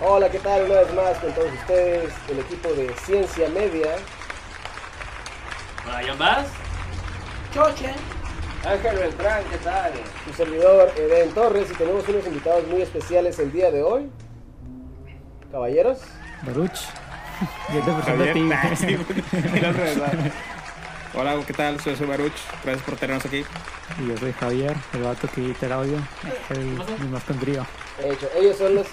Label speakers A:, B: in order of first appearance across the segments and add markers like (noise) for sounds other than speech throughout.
A: Hola, ¿qué tal? Una vez más con todos ustedes, el equipo de Ciencia Media.
B: Brian Bass,
C: Choche.
D: Ángel Beltrán, ¿qué tal?
A: su servidor Eden Torres y tenemos unos invitados muy especiales el día de hoy. Caballeros,
E: Baruch. (laughs) Yo te
F: Javier.
E: presento a
F: Ah,
E: ti.
F: sí, güey. No, no, no. Hola, ¿qué tal? Soy soy Baruch. Gracias por tenernos aquí.
E: (laughs) Y yo soy Javier, el vato que edita el audio. El, el más con trío.
A: de hecho, ellos son los.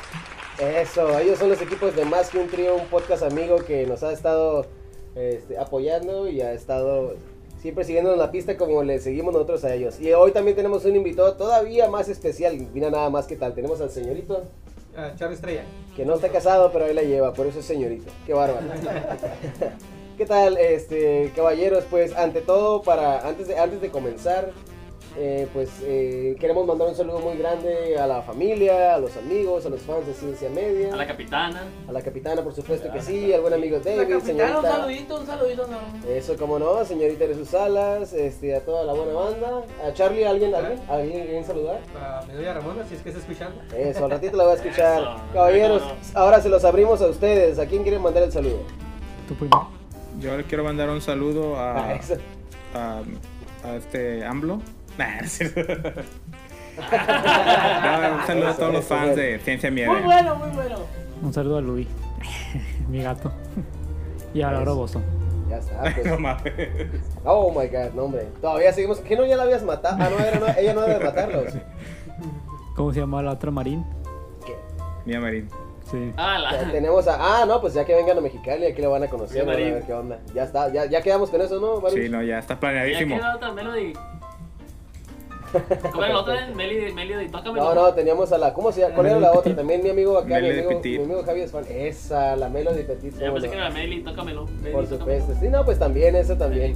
A: Eso, ellos son los equipos de Más que un Trío, un podcast amigo que nos ha estado este, apoyando y ha estado siempre siguiéndonos la pista como le seguimos nosotros a ellos. Y hoy también tenemos un invitado todavía más especial. Mira nada más que tal. Tenemos al señorito
C: Ah, Charlie Estrella.
A: que no está casado, pero ahí la lleva, por eso es señorito. Qué
C: (laughs)
A: bárbaro. ¿Qué tal, este, caballeros? Pues ante todo, para antes de, antes de comenzar, eh, pues eh, queremos mandar un saludo muy grande a la familia, a los amigos, a los fans de Ciencia Media,
B: a la capitana.
A: capitana, por supuesto que sí, al buen amigo
C: La
A: David,
C: capitana, un
A: señorita.
C: saludito, un saludito. No.
A: Eso como no, señorita de sus salas, este, a toda la buena banda, a Charlie, ¿alguien, alguien,
B: ¿Eh?
A: alguien, alguien saludar?
B: Ah.
C: A mi novia Ramona, si es que está escuchando.
A: Eso, al ratito la voy a escuchar.
B: Eso,
A: Caballeros,
B: cómo
A: ahora se los abrimos a ustedes. ¿A quién quieren mandar el saludo?
E: Tú primero.
F: Yo le quiero mandar un saludo
A: Ah,
C: (laughs)
A: (laughs)
F: a,
A: eso.
F: a, a este AMLO. Nah, no es cierto. (laughs) No, un saludo a todos los fans de Ciencia
C: Muy
F: Miedo.
C: bueno, muy bueno.
E: Un saludo a Luis, (laughs) mi gato. (laughs) Y a Laura Bozo.
A: Ya está, pues.
F: (laughs) No mames.
A: Oh my god, no hombre. Todavía seguimos. ¿Qué no ya la habías matado? Ah, no, era, no, ella no era de matarlos.
E: ¿Cómo se llama la otra Marín?
A: ¿Qué?
F: Mía Marín.
E: Sí.
B: Ah,
A: Ya
B: la.
A: tenemos a. Ah, no, pues ya que vengan a Mexicali, aquí lo van a conocer.
B: Bien,
A: van a ver
B: Marín.
A: qué onda. Ya está, ya, ya quedamos con eso, ¿no, Baruch?
F: Sí, no, ya está
B: Ya
F: planeadísimo.
B: queda
A: (laughs)
B: otra Melody. ¿Cómo era la otra? Melody, Melody, tócame.
A: No, no, teníamos a la. ¿Cómo se llama? ¿Cuál era la
E: Melody
A: otra?
E: Petit.
A: También mi amigo acá, mi
F: Melody
A: amigo, mi
F: Petit.
A: amigo Javi es fan. Esa, la Melody Petit.
B: Ya
A: ¿cómo
B: pensé
A: no?
B: que era la Melody, tócamelo. Melody,
A: Por
B: tócamelo.
A: supuesto. Sí, no, pues también, eso también.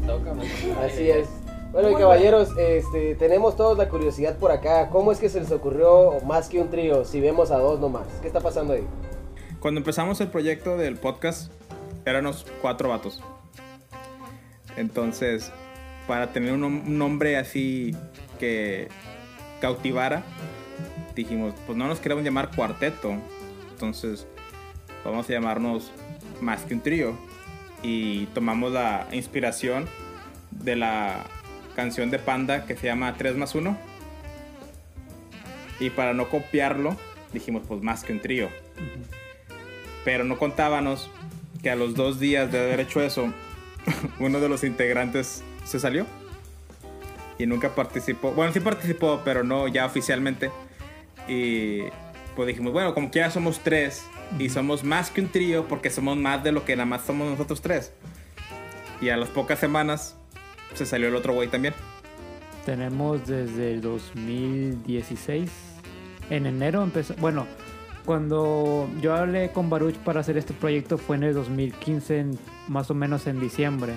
A: Así es. Bueno, y caballeros, este, tenemos todos la curiosidad por acá. ¿Cómo es que se les ocurrió más que un trío si vemos a dos nomás? ¿Qué está pasando ahí?
F: Cuando empezamos el proyecto del podcast, éramos cuatro vatos. Entonces, para tener un, nom- un nombre así que cautivara, dijimos, pues no nos queremos llamar cuarteto. Entonces, vamos a llamarnos más que un trío. Y tomamos la inspiración de la canción de Panda que se llama 3 más 1. Y para no copiarlo, dijimos, pues más que un trío. Pero no contábamos que a los dos días de haber hecho eso, (laughs) uno de los integrantes se salió y nunca participó. Bueno, sí participó, pero no ya oficialmente. Y pues dijimos, bueno, como quiera somos tres y somos más que un trío porque somos más de lo que nada más somos nosotros tres. Y a las pocas semanas se salió el otro güey también.
E: Tenemos desde el 2016. En enero empezó. Bueno, cuando yo hablé con Baruch para hacer este proyecto fue en el 2015, en- más o menos en diciembre.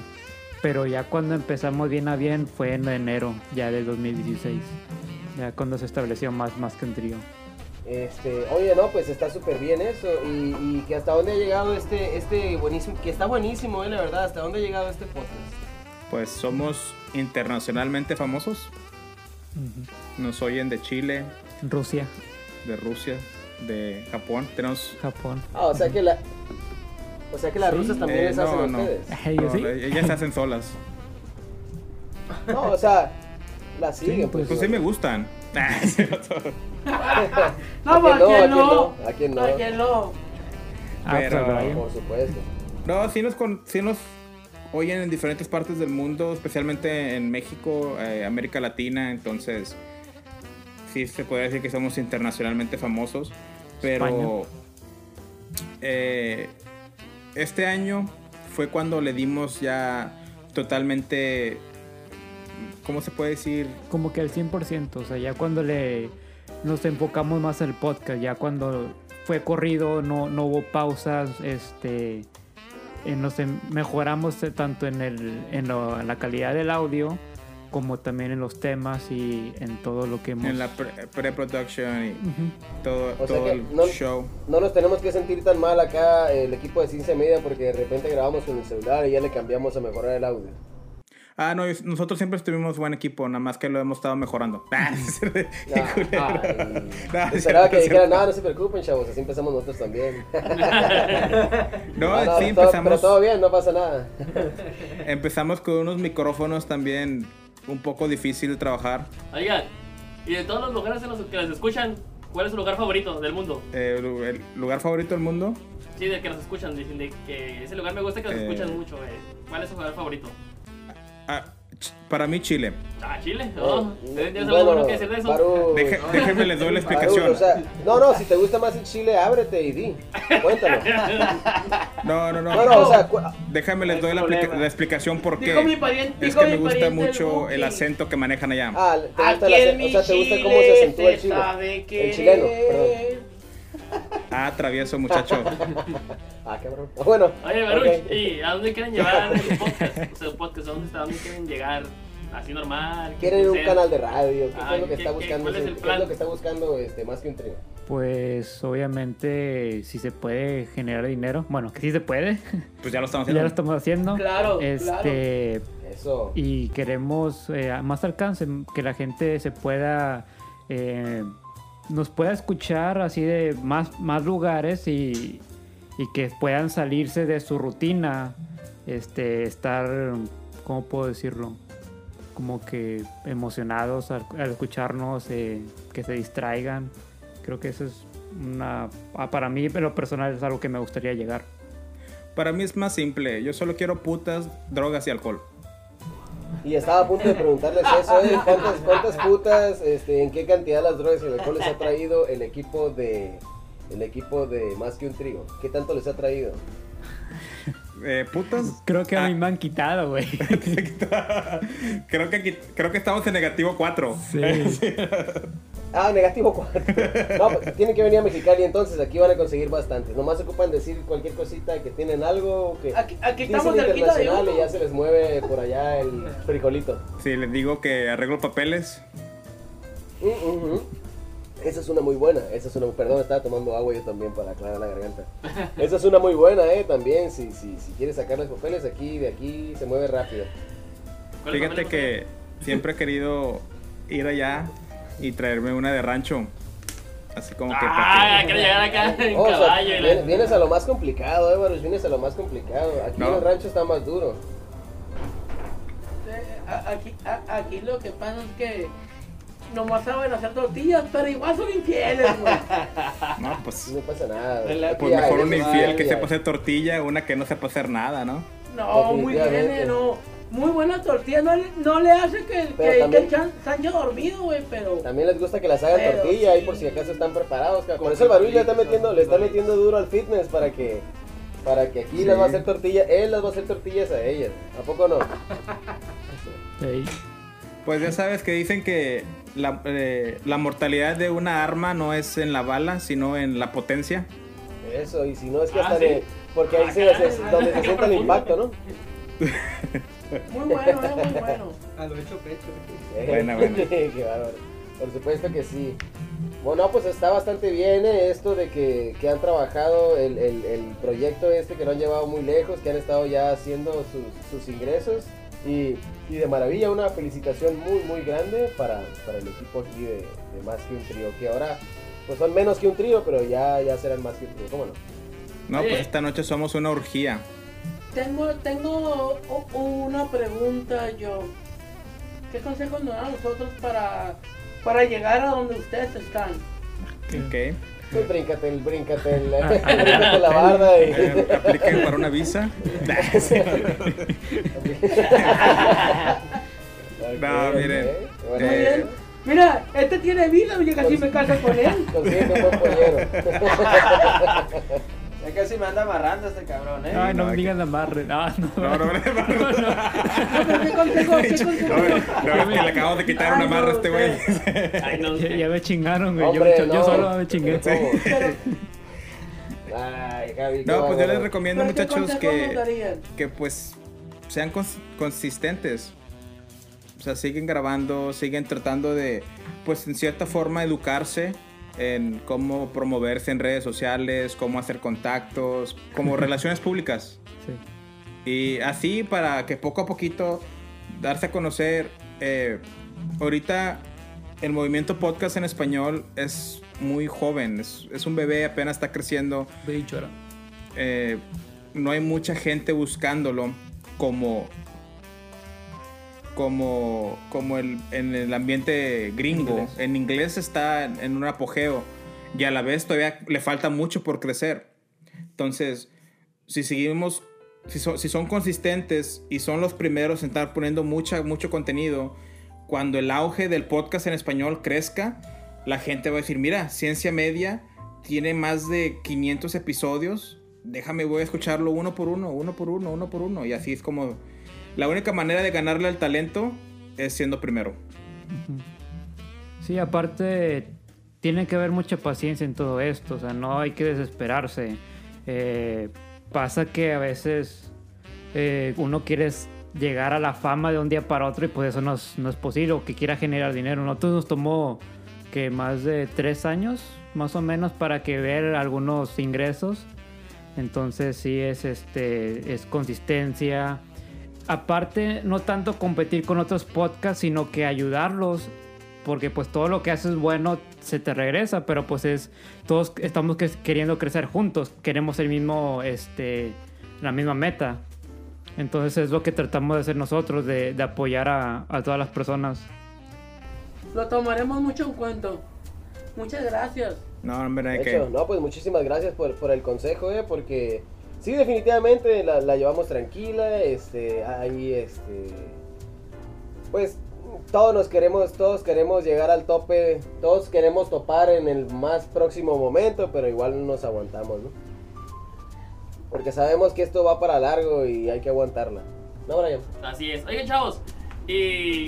E: Pero ya cuando empezamos bien a bien fue en enero, ya del 2016. Ya cuando se estableció más, más que un trío.
A: Este, oye, no, pues está súper bien eso. Y, y que hasta dónde ha llegado este, este buenísimo, que está buenísimo, eh, la verdad, hasta dónde ha llegado este podcast.
F: Pues somos internacionalmente famosos. Nos oyen de Chile,
E: Rusia,
F: de Rusia, de Japón. Tenemos
E: Japón.
A: Ah, o sea que la. O sea que las rusas también
F: Eh,
A: les hacen
F: no,
A: a (laughs)
F: no.
A: ustedes.
E: Ellos sí.
F: No, eh, ellas se hacen solas.
A: No, o sea, las
E: Sí,
A: siguen.
E: pues.
F: Pues sí
A: (laughs)
F: me gustan. Ah, sí,
C: No, ¿a
A: ¿A
C: quién
A: quién no?
C: no?
A: ¿A quién no?
C: ¿A quién no?
E: Ah, pues,
F: Pero-
E: Brian.
A: Por supuesto.
F: no, sí nos, con- sí nos oyen en diferentes partes del mundo, especialmente en México, eh, América Latina, entonces sí se puede decir que somos internacionalmente famosos, pero eh, este año fue cuando le dimos ya totalmente, ¿cómo se puede decir?
E: como que al 100%, o sea, ya cuando le nos enfocamos más en el podcast, ya cuando fue corrido, no, no hubo pausas, este eh, nos em- mejoramos eh, tanto en, el, en, lo- en la calidad del audio como también en los temas y en todo lo que hemos...
F: En la pre- pre-production y
E: Ujú.
F: todo,
A: sea
F: todo
A: que
F: el
A: no-
F: show.
A: No nos tenemos que sentir tan mal
F: (laughs)
A: acá eh, el equipo de Ciencia Media porque de repente grabamos con el celular y ya le cambiamos a mejorar el audio.
F: Ah, no, yo- nosotros siempre estuvimos buen equipo, nada más que lo hemos estado mejorando. (laughs) Ah, qué culero.
A: ay.
F: (laughs) No, es
A: Esperaba
F: cierto,
A: que
F: es
A: dijeran,
F: cierto.
A: no, no se preocupen, chavos, así empezamos nosotros también.
F: (laughs) No,
A: No, no,
F: sí,
A: todo- Pero
F: empezamos,
A: todo bien, no pasa nada.
F: empezamos con unos micrófonos también un poco difícil de trabajar.
B: Oigan, y de todos los lugares en los que nos escuchan, ¿cuál es su lugar favorito del mundo?
F: Eh, lu- el lugar favorito del mundo,
B: Sí, de que nos escuchan, dicen de que ese lugar me gusta que nos
F: Eh.
B: escuchan mucho, eh. ¿Cuál es su lugar favorito?
F: Ah, ch- para mí Chile.
B: Ah, Chile, ¿no?
A: Eh,
B: ¿Tienes algo
A: bueno,
B: bueno que decir de eso?
A: Baruch,
F: Deje-
A: Baruch,
F: déjenme les
A: (laughs)
F: doy la explicación.
A: o sea, no, no, si te gusta más el chile, ábrete y di. Cuéntalo.
F: No, no, no.
A: No, no, o sea, cu-
F: Déjame les
D: hay
F: doy la,
D: problema.
F: aplica- la explicación por qué.
D: Dijo mi pariente.
F: Es
D: dijo
F: que me
D: mi
F: gusta
D: pariente
F: mucho el
D: Buki.
F: acento que manejan allá.
A: ah, te gusta
D: Aquí
A: el
D: en
A: acento, o
D: mi
A: sea, te gusta cómo se
D: Chile
A: acentúa el
D: se
A: chile.
D: sabe querer.
A: chileno, perdón.
F: Ah, travieso muchacho.
A: Ah, cabrón. Bueno.
B: Oye, Baruch,
A: ok.
B: ¿y a dónde quieren llevar el podcast? O sea, el podcast, ¿a dónde, está, a dónde quieren llegar? Así normal. que
A: Quieren un
B: sea-
A: canal de radio, ¿qué
B: Ah,
A: es lo que
B: ¿qué-
A: está
B: qué-
A: buscando?
B: cuál es
A: ese-
B: el
A: ¿Qué es
B: plan?
A: lo que está buscando este, más que un trío?
E: Pues obviamente si se puede generar dinero, bueno, que sí se puede, (laughs)
F: Pues ya lo estamos
E: ya lo
F: haciendo.
E: estamos haciendo.
D: Claro,
F: Eh,
E: Este,
A: Eso.
E: y queremos eh, más alcance, que la gente se pueda, eh, nos pueda escuchar así de más, más lugares y, y que puedan salirse de su rutina, este, estar, ¿cómo puedo decirlo? Como que emocionados al, al escucharnos, eh, que se distraigan. Creo que eso es una, ah, para mí, en lo personal, es algo que me gustaría llegar.
F: Para mí es más simple. Yo solo quiero putas, drogas y alcohol.
A: Y estaba a punto de preguntarles eso, ¿eh? ¿Cuántas, cuántas putas, este, en qué cantidad las drogas y el alcohol les ha traído el equipo de... El equipo de más que un trigo. ¿Qué tanto les ha traído?
F: Eh, putas.
E: Creo que a
F: Ah.
E: mí me han quitado, (laughs) güey.
F: creo, que aquí- creo que estamos en negativo 4.
A: Ah, negativo 4. No, pues, tienen que venir a Mexicali entonces, aquí van a conseguir bastantes. Nomás se ocupan decir cualquier cosita que tienen algo o que
B: Ah,
D: Aquí, aquí
A: dicen
D: estamos cerquita de
A: internacional
D: uno.
A: y ya se les mueve por allá el frijolito.
F: Si les digo que arreglo papeles,
A: Mm, mm, mm. Esa es una muy buena, esa es una, perdón, estaba tomando agua yo también para aclarar la garganta. Esa es una muy buena, eh, también, si, si, si quieres sacar los papeles aquí, de aquí, se mueve rápido.
B: ¿Cuál es su
F: fíjate
B: lugar
F: que siempre he querido ir allá y traerme una de rancho. Así como que. para
B: Ah,
F: que-
B: quiero llegar acá
A: (laughs)
B: en
A: Oh, o sea,
B: caballo. y la-
A: vienes, vienes a lo más complicado, eh, Baruch, vienes a lo más complicado. Aquí
F: No.
A: en el rancho está más duro.
D: Eh, a- Aquí, a- aquí lo que pasa es que nomás saben hacer tortillas, pero igual son infieles,
A: (laughs)
D: güey.
F: No, pues.
A: No pasa nada.
D: Pues
F: Pues
A: Aquí hay,
F: mejor
A: eso
F: un
A: sí,
F: infiel
A: aquí
F: que
A: hay.
F: sepa hacer tortilla, una que no sepa hacer nada, ¿no?
D: No, muy bien,
A: Definitivamente.
D: eh, no. Muy buena tortilla, no le, no le hace que, que,
A: Pero
D: que
A: también-
D: el Chan- Sancho dormido, güey, pero...
A: También les gusta que las hagan
D: Pero
A: tortilla ahí por
D: sí.
A: si acaso están preparados. cabrón. Por eso el Baruch le está metiendo, le está metiendo duro al fitness para que para que aquí
F: Sí.
A: las va a hacer tortilla, él las va a hacer tortillas a ellas. ¿A poco no?
E: Sí.
F: Pues ya sabes que dicen que la, eh, la mortalidad de una arma no es en la bala, sino en la potencia.
A: Eso, y si no es que
B: Ah,
A: hasta
B: ¿sí?
A: le- porque ahí se, se- donde se siente el impacto, ¿no?
D: Muy bueno, eh,
A: (laughs)
D: muy bueno.
C: A lo hecho pecho.
F: Buena, buena.
A: Qué bárbaro. Por supuesto que sí. Bueno, pues está bastante bien eh, esto de que, que han trabajado el, el- el proyecto este, que lo han llevado muy lejos, que han estado ya haciendo sus, sus ingresos. Y, y de maravilla, una felicitación muy, muy grande para, para el equipo aquí de, de Más que un Trío, que ahora pues son menos que un trío, pero ya, ya serán más que un trío, ¿cómo no?
F: No,
B: Sí.
F: pues esta noche somos una orgía.
D: Tengo, tengo u- una pregunta yo. ¿Qué consejos nos dan a nosotros para, para llegar a donde ustedes están?
F: Ok.
A: Tú bríncate el, bríncate el, (laughs) bríncate la barda y...
F: (laughs) Eh, apliquen para una visa. No,
A: Ok,
F: miren,
A: ok.
F: Eh.
D: Muy bien. Mira, este tiene vida, oye, casi me caso
F: (laughs)
D: con él.
A: Consigue un buen pollero.
D: Ya casi me anda amarrando este cabrón, ¿eh?
E: (laughs) Ay, no,
F: no,
E: me
F: aquí-
E: digan la amarre. No, no.
F: No,
E: (laughs)
F: no, no, no, no,
D: No, pero ¿qué consejo? ¿Qué consejo?
F: no, que le acabamos de quitar una
D: Ay,
F: amarra a
D: no,
F: este güey.
B: Ay, no,
E: Ya, ya me chingaron, güey.
A: Hombre,
E: yo, yo
A: no.
E: solo me
F: (laughs)
E: chingué.
D: Pero-
A: Ay, Javi, qué
F: No, pues yo les
A: bárbaro.
F: recomiendo,
D: pero ¿qué
F: muchachos,
D: consejos nos
F: que,
D: darían?
F: que pues sean cons- consistentes. O sea, siguen grabando, siguen tratando de, pues en cierta forma, educarse en cómo promoverse en redes sociales, cómo hacer contactos, como relaciones públicas.
E: Sí.
F: Y así para que poco a poquito darse a conocer. eh, ahorita el movimiento podcast en español es muy joven, es, es un bebé, apenas está creciendo.
E: Ve y llora.
F: eh, no hay mucha gente buscándolo como como como el, en el ambiente gringo
E: Inglés.
F: en inglés está en un apogeo y a la vez todavía le falta mucho por crecer entonces si seguimos si son, si son consistentes y son los primeros en estar poniendo mucha, mucho contenido cuando el auge del podcast en español crezca la gente va a decir, mira, Ciencia Media tiene más de 500 episodios, déjame, voy a escucharlo uno por uno, uno por uno, uno por uno. Y así es como... La única manera de ganarle al talento es siendo primero.
E: Sí, aparte tiene que haber mucha paciencia en todo esto, o sea, no hay que desesperarse. Eh, pasa que a veces eh, uno quiere s- llegar a la fama de un día para otro y pues eso no es, no es posible, o que quiera generar dinero. Nosotros nos tomó que más de tres años, más o menos, para que ver algunos ingresos. Entonces sí es este es consistencia. Aparte, no tanto competir con otros podcasts, sino que ayudarlos porque pues todo lo que haces bueno se te regresa, pero pues es todos estamos cre- queriendo crecer juntos, queremos el mismo este la misma meta. Entonces es lo que tratamos de hacer nosotros, de, de apoyar a, a todas las personas.
D: Lo tomaremos mucho en cuenta. Muchas gracias.
F: No, hombre,
A: De
F: hay que...
A: hecho, no, pues muchísimas gracias por, por el consejo, eh, porque sí, definitivamente la, la llevamos tranquila, este, ahí, este, pues todos nos queremos, todos queremos llegar al tope, todos queremos topar en el más próximo momento, pero igual nos aguantamos, ¿no? Porque sabemos que esto va para largo y hay que aguantarla. ¿No, Brian?
B: Así es. Oigan, chavos, y,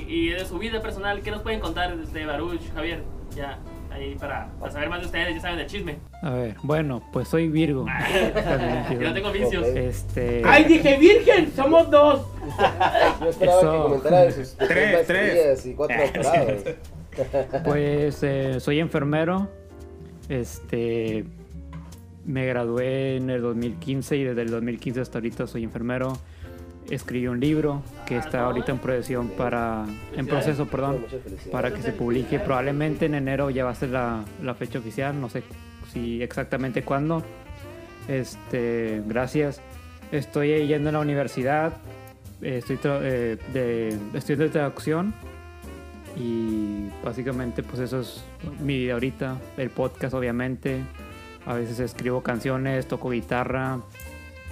B: y de su vida personal, ¿qué nos pueden contar de Baruch, Javier? Ya, ahí para, para saber más de ustedes, ya saben el chisme.
E: A ver, bueno, pues
B: (laughs)
E: soy Virgo.
B: Yo no tengo vicios. (laughs)
A: Ok.
E: Este
D: ¡Ay, dije virgen! ¡Somos dos!
A: Yo esperaba
E: Eso.
A: que comentara de sus de sus
F: (laughs) Tres, tres.
A: maestrías y cuatro
F: Ah, (laughs) sí.
A: doctorados.
E: Pues eh, soy enfermero. Este. Me gradué en el 2015 y desde el 2015 hasta ahorita soy enfermero. Escribí un libro que
B: Ah,
E: está
B: no,
E: ahorita en producción para. En proceso, perdón.
A: Muchas felicidades.
E: Para que se publique. Probablemente en enero ya va a ser la, la fecha oficial. No sé si exactamente cuándo. Este. Gracias. Estoy yendo a la universidad. eh, Estoy tra- eh, de, estudiando traducción. Y básicamente pues eso es mi vida ahorita, el podcast obviamente. A veces escribo canciones, toco guitarra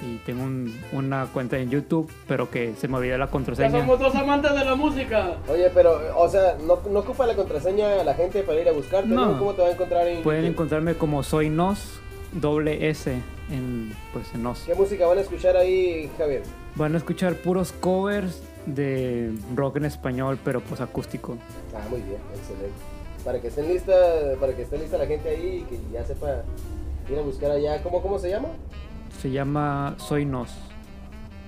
E: y tengo un- una cuenta en YouTube, pero que se me olvidó la
D: Ya
E: contraseña.
D: somos dos amantes de la música.
A: Oye, pero, o sea, no, no ocupa la contraseña a la gente para ir a buscarte,
E: No.
A: ¿no? ¿Cómo te va a encontrar en
E: Pueden
A: YouTube?
E: encontrarme como Soy Nos, doble S en pues en Nos.
A: ¿Qué música van a escuchar ahí, Javier?
E: Van a escuchar puros covers de rock en español, pero pues acústico.
A: Ah, muy bien, excelente. Para que estén lista, para que esté lista la gente ahí y que ya sepa ir a buscar allá. ¿Cómo, cómo se llama?
E: Se llama Soy Nos.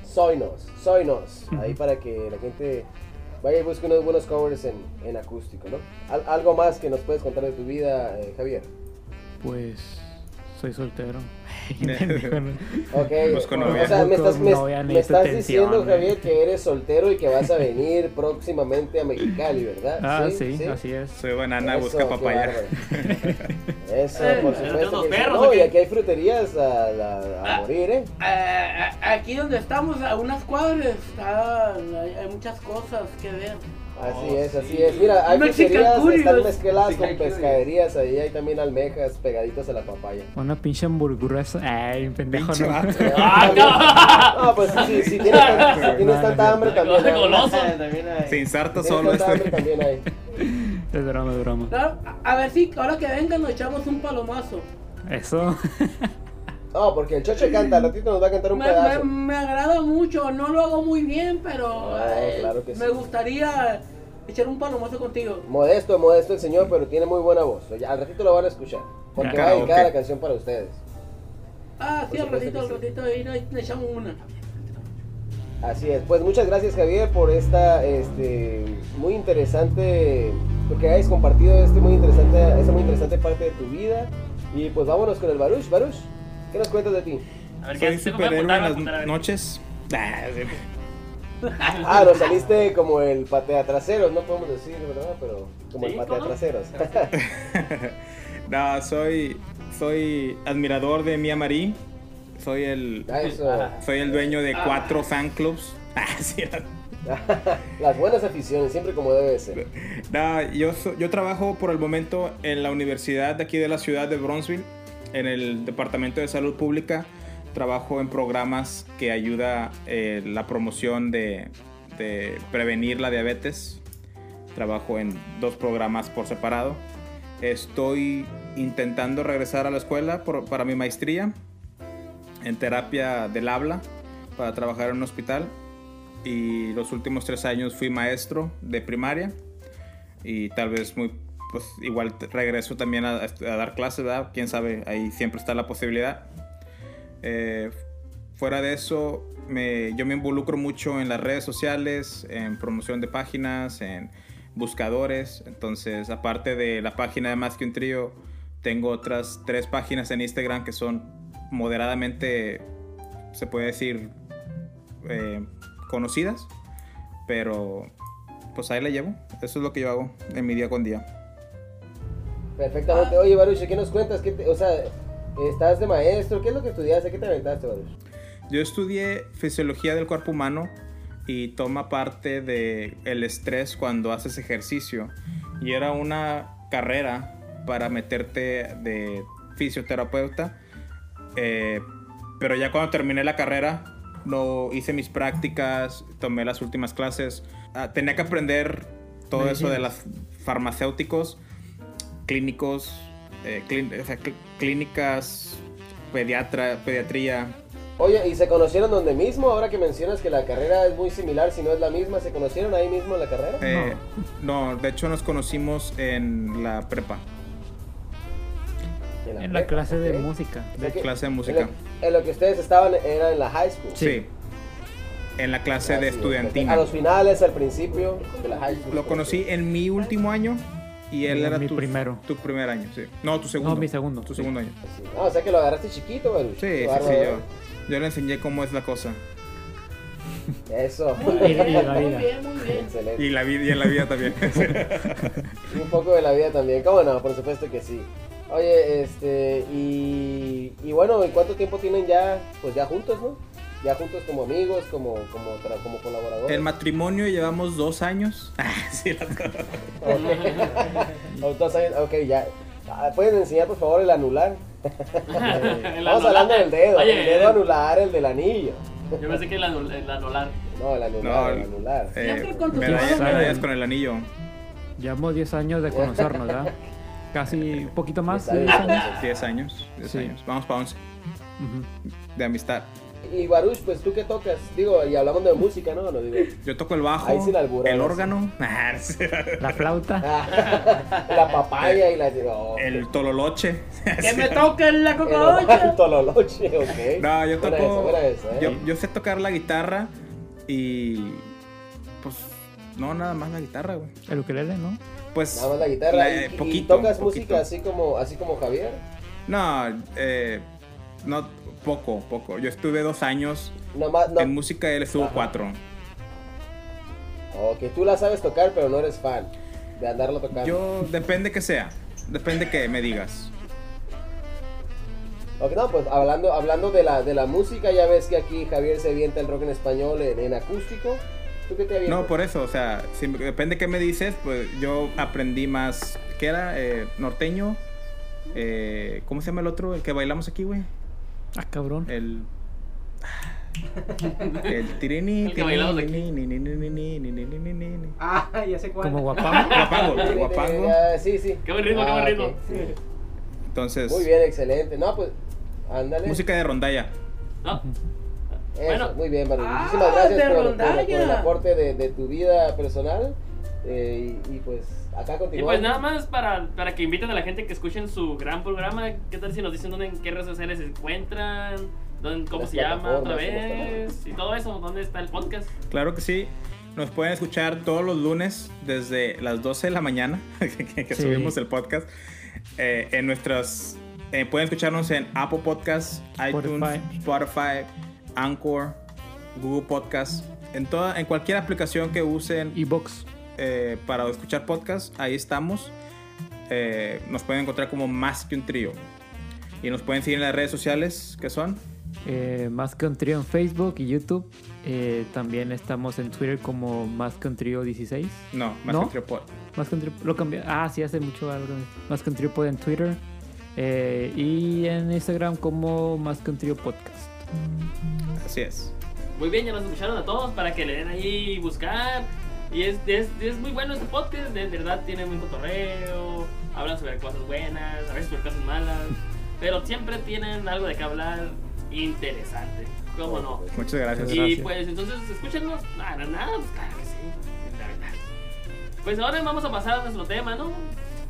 A: Soinos, Soinos. Ahí
E: Ujú.
A: para que la gente vaya y busque unos buenos covers en, en acústico, ¿no? Al- algo más que nos puedes contar de tu vida, eh, Javier.
E: Pues soy soltero. (laughs)
A: Ok,
F: Busco novia.
A: o sea, me estás, me-
E: Novia,
A: me
E: necesito
A: estás
E: atención,
A: diciendo,
E: eh.
A: Javier, que eres soltero y que vas a venir próximamente a Mexicali, ¿verdad?
E: ah, sí, así es.
F: Soy banana,
A: Eso,
F: busca
A: qué
F: (laughs) papaya.
A: bárbaro. Eso,
D: Eh,
A: por
B: ¿pero
A: supuesto.
B: tenemos
A: que sí.
B: perros o
A: no, y
B: qué?
A: aquí hay fruterías a, la- a
D: Ah.
A: morir, ¿eh?
D: Eh, aquí donde estamos, a unas cuadras, está- hay, hay muchas cosas que ver.
A: Así
B: Oh,
A: es,
B: sí.
A: así es. Mira, hay
D: Mexican
A: fruterías que están
D: Curios.
A: mezcladas con
C: Mexican Curios.
A: pescaderías. Ahí hay también almejas pegaditas a la papaya.
E: Una pinche hamburguesa. Ay, pendejo,
F: Pinche
E: no.
F: vato.
B: ¡Ah,
A: No, pues sí, sí, si
B: (laughs)
A: tienes, tan- si tienes tanta hambre también. hay.
B: Goloso.
C: También hay.
F: Se inserta
A: Si tienes
F: solo
A: tanta hambre
F: este.
A: también hay.
E: (laughs) Es broma, es broma.
D: No, A, a ver si ahora que vengan nos echamos un palomazo.
E: Eso.
A: No, porque el choche canta, al ratito nos va a cantar un
D: Me,
A: pedazo.
D: me- me agrada mucho, no lo hago muy bien, pero
A: Ah,
D: eh,
A: claro que
D: me
A: sí.
D: gustaría echar un palomazo contigo.
A: Modesto, modesto el señor, pero tiene muy buena voz. Oye, Al ratito lo van a escuchar. Porque
F: Ya,
A: va a dedicar
F: ok.
A: la canción para ustedes.
D: Ah, sí,
A: Por
D: al ratito, al
A: supuesto que
D: ratito, ahí nos nos echamos una.
A: Así es, pues muchas gracias Javier por esta este, muy interesante, porque hayas compartido este muy interesante, esta muy interesante parte de tu vida. Y pues vámonos con el Baruch. Baruch, ¿qué nos cuentas de ti?
B: A ver, ¿qué
F: Soy
B: se me puede apuntar?
F: superhéroe en
B: voy a
F: las
B: apuntar, a ver.
F: noches. Ah, sí.
A: Ah, lo saliste como el patea trasero, no podemos decir, ¿verdad? Pero como el
B: Sí,
A: patea
B: ¿cómo? (laughs)
A: traseros.
F: no, soy, soy admirador de Mia Marie. Soy el,
A: Ah, eso.
F: soy el dueño de cuatro fan clubs. (laughs) Ah, sí,
A: Las buenas aficiones, siempre como debe de ser.
F: No, yo, so- yo trabajo por el momento en la universidad de aquí de la ciudad de Bronzeville, en el Departamento de Salud Pública. Trabajo en programas que ayuda eh, la promoción de, de prevenir la diabetes. Trabajo en dos programas por separado. Estoy intentando regresar a la escuela por- para mi maestría en terapia del habla para trabajar en un hospital. Y los últimos tres años fui maestro de primaria y tal vez muy pues igual te- regreso también a, a est- a dar clases, ¿verdad? Quién sabe, ahí siempre está la posibilidad. Eh, fuera de eso, me- yo me involucro mucho en las redes sociales, en promoción de páginas, en buscadores. Entonces, aparte de la página de Más que un trío, tengo otras tres páginas en Instagram que son moderadamente, se puede decir, eh, conocidas, pero pues ahí la llevo. Eso es lo que yo hago en mi día con día.
A: Perfectamente. Oye, Baruch, ¿qué nos cuentas? ¿Qué te- o sea, ¿estás de maestro? ¿Qué es lo que estudiaste? ¿Qué te aventaste, Baruch?
F: Yo estudié fisiología del cuerpo humano y toma parte de el estrés cuando haces ejercicio y era una carrera para meterte de fisioterapeuta. Eh, pero ya cuando terminé la carrera, no hice mis prácticas, tomé las últimas clases. Ah, tenía que aprender todo eso de las farmacéuticos, clínicos, eh, clín- o sea, cl- clínicas, pediatra, pediatría.
A: Oye, ¿y se conocieron donde mismo? Ahora que mencionas que la carrera es muy similar, si no es la misma, ¿se conocieron ahí mismo en la carrera?
F: Eh, no, de hecho nos conocimos en la prepa,
E: En la
A: prepa,
E: clase de
A: ok.
E: música.
A: O sea que-
F: clase de
A: en
F: música.
A: lo, en lo que ustedes estaban era en la high school.
F: Sí. En la clase
A: Así
F: de
A: es,
F: estudiantina.
A: A los finales, al principio de la high school.
F: Lo conocí en mi último año y él
E: En
F: era
E: mi
F: tu
E: primero.
F: Tu primer año, sí. No, tu segundo.
E: No, mi segundo,
F: Tu
E: sí.
F: segundo año.
A: Sí. Ah, o sea que lo agarraste chiquito, Baruch.
F: Sí,
A: Qué
F: sí, sí,
A: bárbaro.
F: yo. Yo le enseñé cómo es la cosa.
A: Eso.
D: Muy
E: Y la
D: bien,
E: vida.
D: muy bien, muy bien.
A: (laughs) Excelente.
F: Y la vida y en la vida
A: (laughs)
F: también.
A: Y un poco de la vida también. ¿Cómo no? Por supuesto que sí. Oye, este, y, y bueno, ¿en cuánto tiempo tienen ya, pues ya juntos, no? Ya juntos como amigos, como, como, tra- como colaboradores.
F: el matrimonio llevamos dos años. Ah, sí, la cosa.
B: (laughs)
A: O dos años- ok, ya. Ah, ¿Pueden enseñar, por favor, el anular?
B: El
A: Vamos
B: anular.
A: hablando del dedo.
B: Oye,
A: el dedo anular, el del anillo.
B: Yo pensé que el anul- el anular.
A: No, el anular,
F: No,
A: el anular.
F: eh,
D: Siempre con tus
F: medallas,
E: manos.
F: medallas con el anillo.
E: Llevamos 10 años de conocernos, ¿verdad? Casi un poquito más.
A: Está bien,
E: 10 años.
A: entonces.
F: Diez años. Diez
E: Sí.
F: años. Vamos para once.
E: Ujú.
F: De amistad.
A: Y Baruch, pues tú qué tocas, digo, y hablamos de música, ¿no? No digo. (laughs)
F: Yo toco el bajo,
A: Ahí sí la albureas.
F: el órgano, (laughs) ah, sí,
E: La flauta.
A: la papaya y la no,
F: el tololoche. (laughs)
D: Que me toquen la
A: el oval, (laughs)
D: cococha.
A: tololoche, ok.
F: No, yo
A: Buena esa,
F: toco.
A: buena esa, ¿eh?
F: yo, yo sé tocar la guitarra y. Pues. No, nada más la guitarra, güey.
E: El ukelele, ¿no?
F: Pues.
A: Nada más la guitarra.
F: la-
A: ¿Y- y,
F: poquito,
A: tocas
F: poquito.
A: música así como, así como Javier?
F: No, eh, no, poco, poco. Yo estuve dos años
A: Nada más, no.
F: en música él estuvo
A: Ajá.
F: cuatro.
A: Ok, tú la sabes tocar, pero no eres fan de andarla tocando.
F: Yo, depende que sea. Depende que me digas.
A: Ok, no, pues hablando, hablando de, la, de la música, ya ves que aquí Javier se avienta el rock en español en, en acústico. ¿Tú qué te avientas?
F: No, por eso, o sea, si- depende qué me dices, pues yo aprendí más, ¿qué era? Eh, norteño, eh, ¿cómo se llama el otro? El que bailamos aquí, güey.
E: Ah, cabrón.
F: El... El tirini,
B: El que bailamos aquí.
F: tirini, ni, ni, ni, ni, ni, ni, ni, ni, ni, ni.
C: Ah, ya sé cuál.
E: Como (laughs) guapamo.
F: Guapango,
A: Tiene-
F: guapango.
A: tiene- ah, Sí, sí. Ah,
B: Qué buen ritmo, qué buen
A: ok,
B: ritmo.
A: sí.
F: Entonces,
A: Muy bien, excelente. No, pues, ándale.
F: música de rondalla.
B: ¿No?
A: Eso,
B: Bueno.
A: muy bien, Baruch.
D: Ah,
A: Muchísimas gracias
D: de
A: por, por- por el
D: rondalla.
A: aporte de, de tu vida personal. Eh, y, y, pues, acá
B: Y
A: continuamos.
B: pues nada más para, para que inviten a la gente que escuchen su gran programa. ¿Qué tal si nos dicen dónde en qué redes sociales se encuentran? Dónde, ¿Cómo
A: Las
B: se llama otra
A: plataformas,
B: vez? Y todo eso, ¿dónde está el podcast?
F: Claro que sí. Nos pueden escuchar todos los lunes desde las 12 de la mañana (laughs) que, que
E: Sí.
F: subimos el podcast. eh, en nuestras. eh, pueden escucharnos en Apple Podcasts, iTunes, Spotify, Anchor, Google Podcasts. En, toda, en cualquier aplicación que usen
E: Y Vox.
F: eh, para escuchar podcast, ahí estamos. Eh, nos pueden encontrar como más que un trío. Y nos pueden seguir en las redes sociales, que son
E: Eh, más que un trío en Facebook y YouTube. Eh, también estamos en Twitter como más que un trío 16.
F: No, más
E: ¿No?
F: que un trío pod.
E: Más que un trío. Lo cambié. Ah, sí, hace mucho algo. Más que un trío pod en Twitter. Eh, y en Instagram como más que un trío podcast.
F: Así es.
B: Muy bien, ya nos escucharon a todos para que le den ahí buscar. Y es, es, es muy bueno este podcast, de verdad tiene muy cotorreo, hablan sobre cosas buenas, a veces sobre cosas malas, pero siempre tienen algo de qué hablar interesante, ¿cómo no?
F: Muchas gracias.
B: Y pues entonces escúchenos, nada, nada, pues claro que sí, la verdad. Pues ahora vamos a pasar a nuestro tema, ¿no?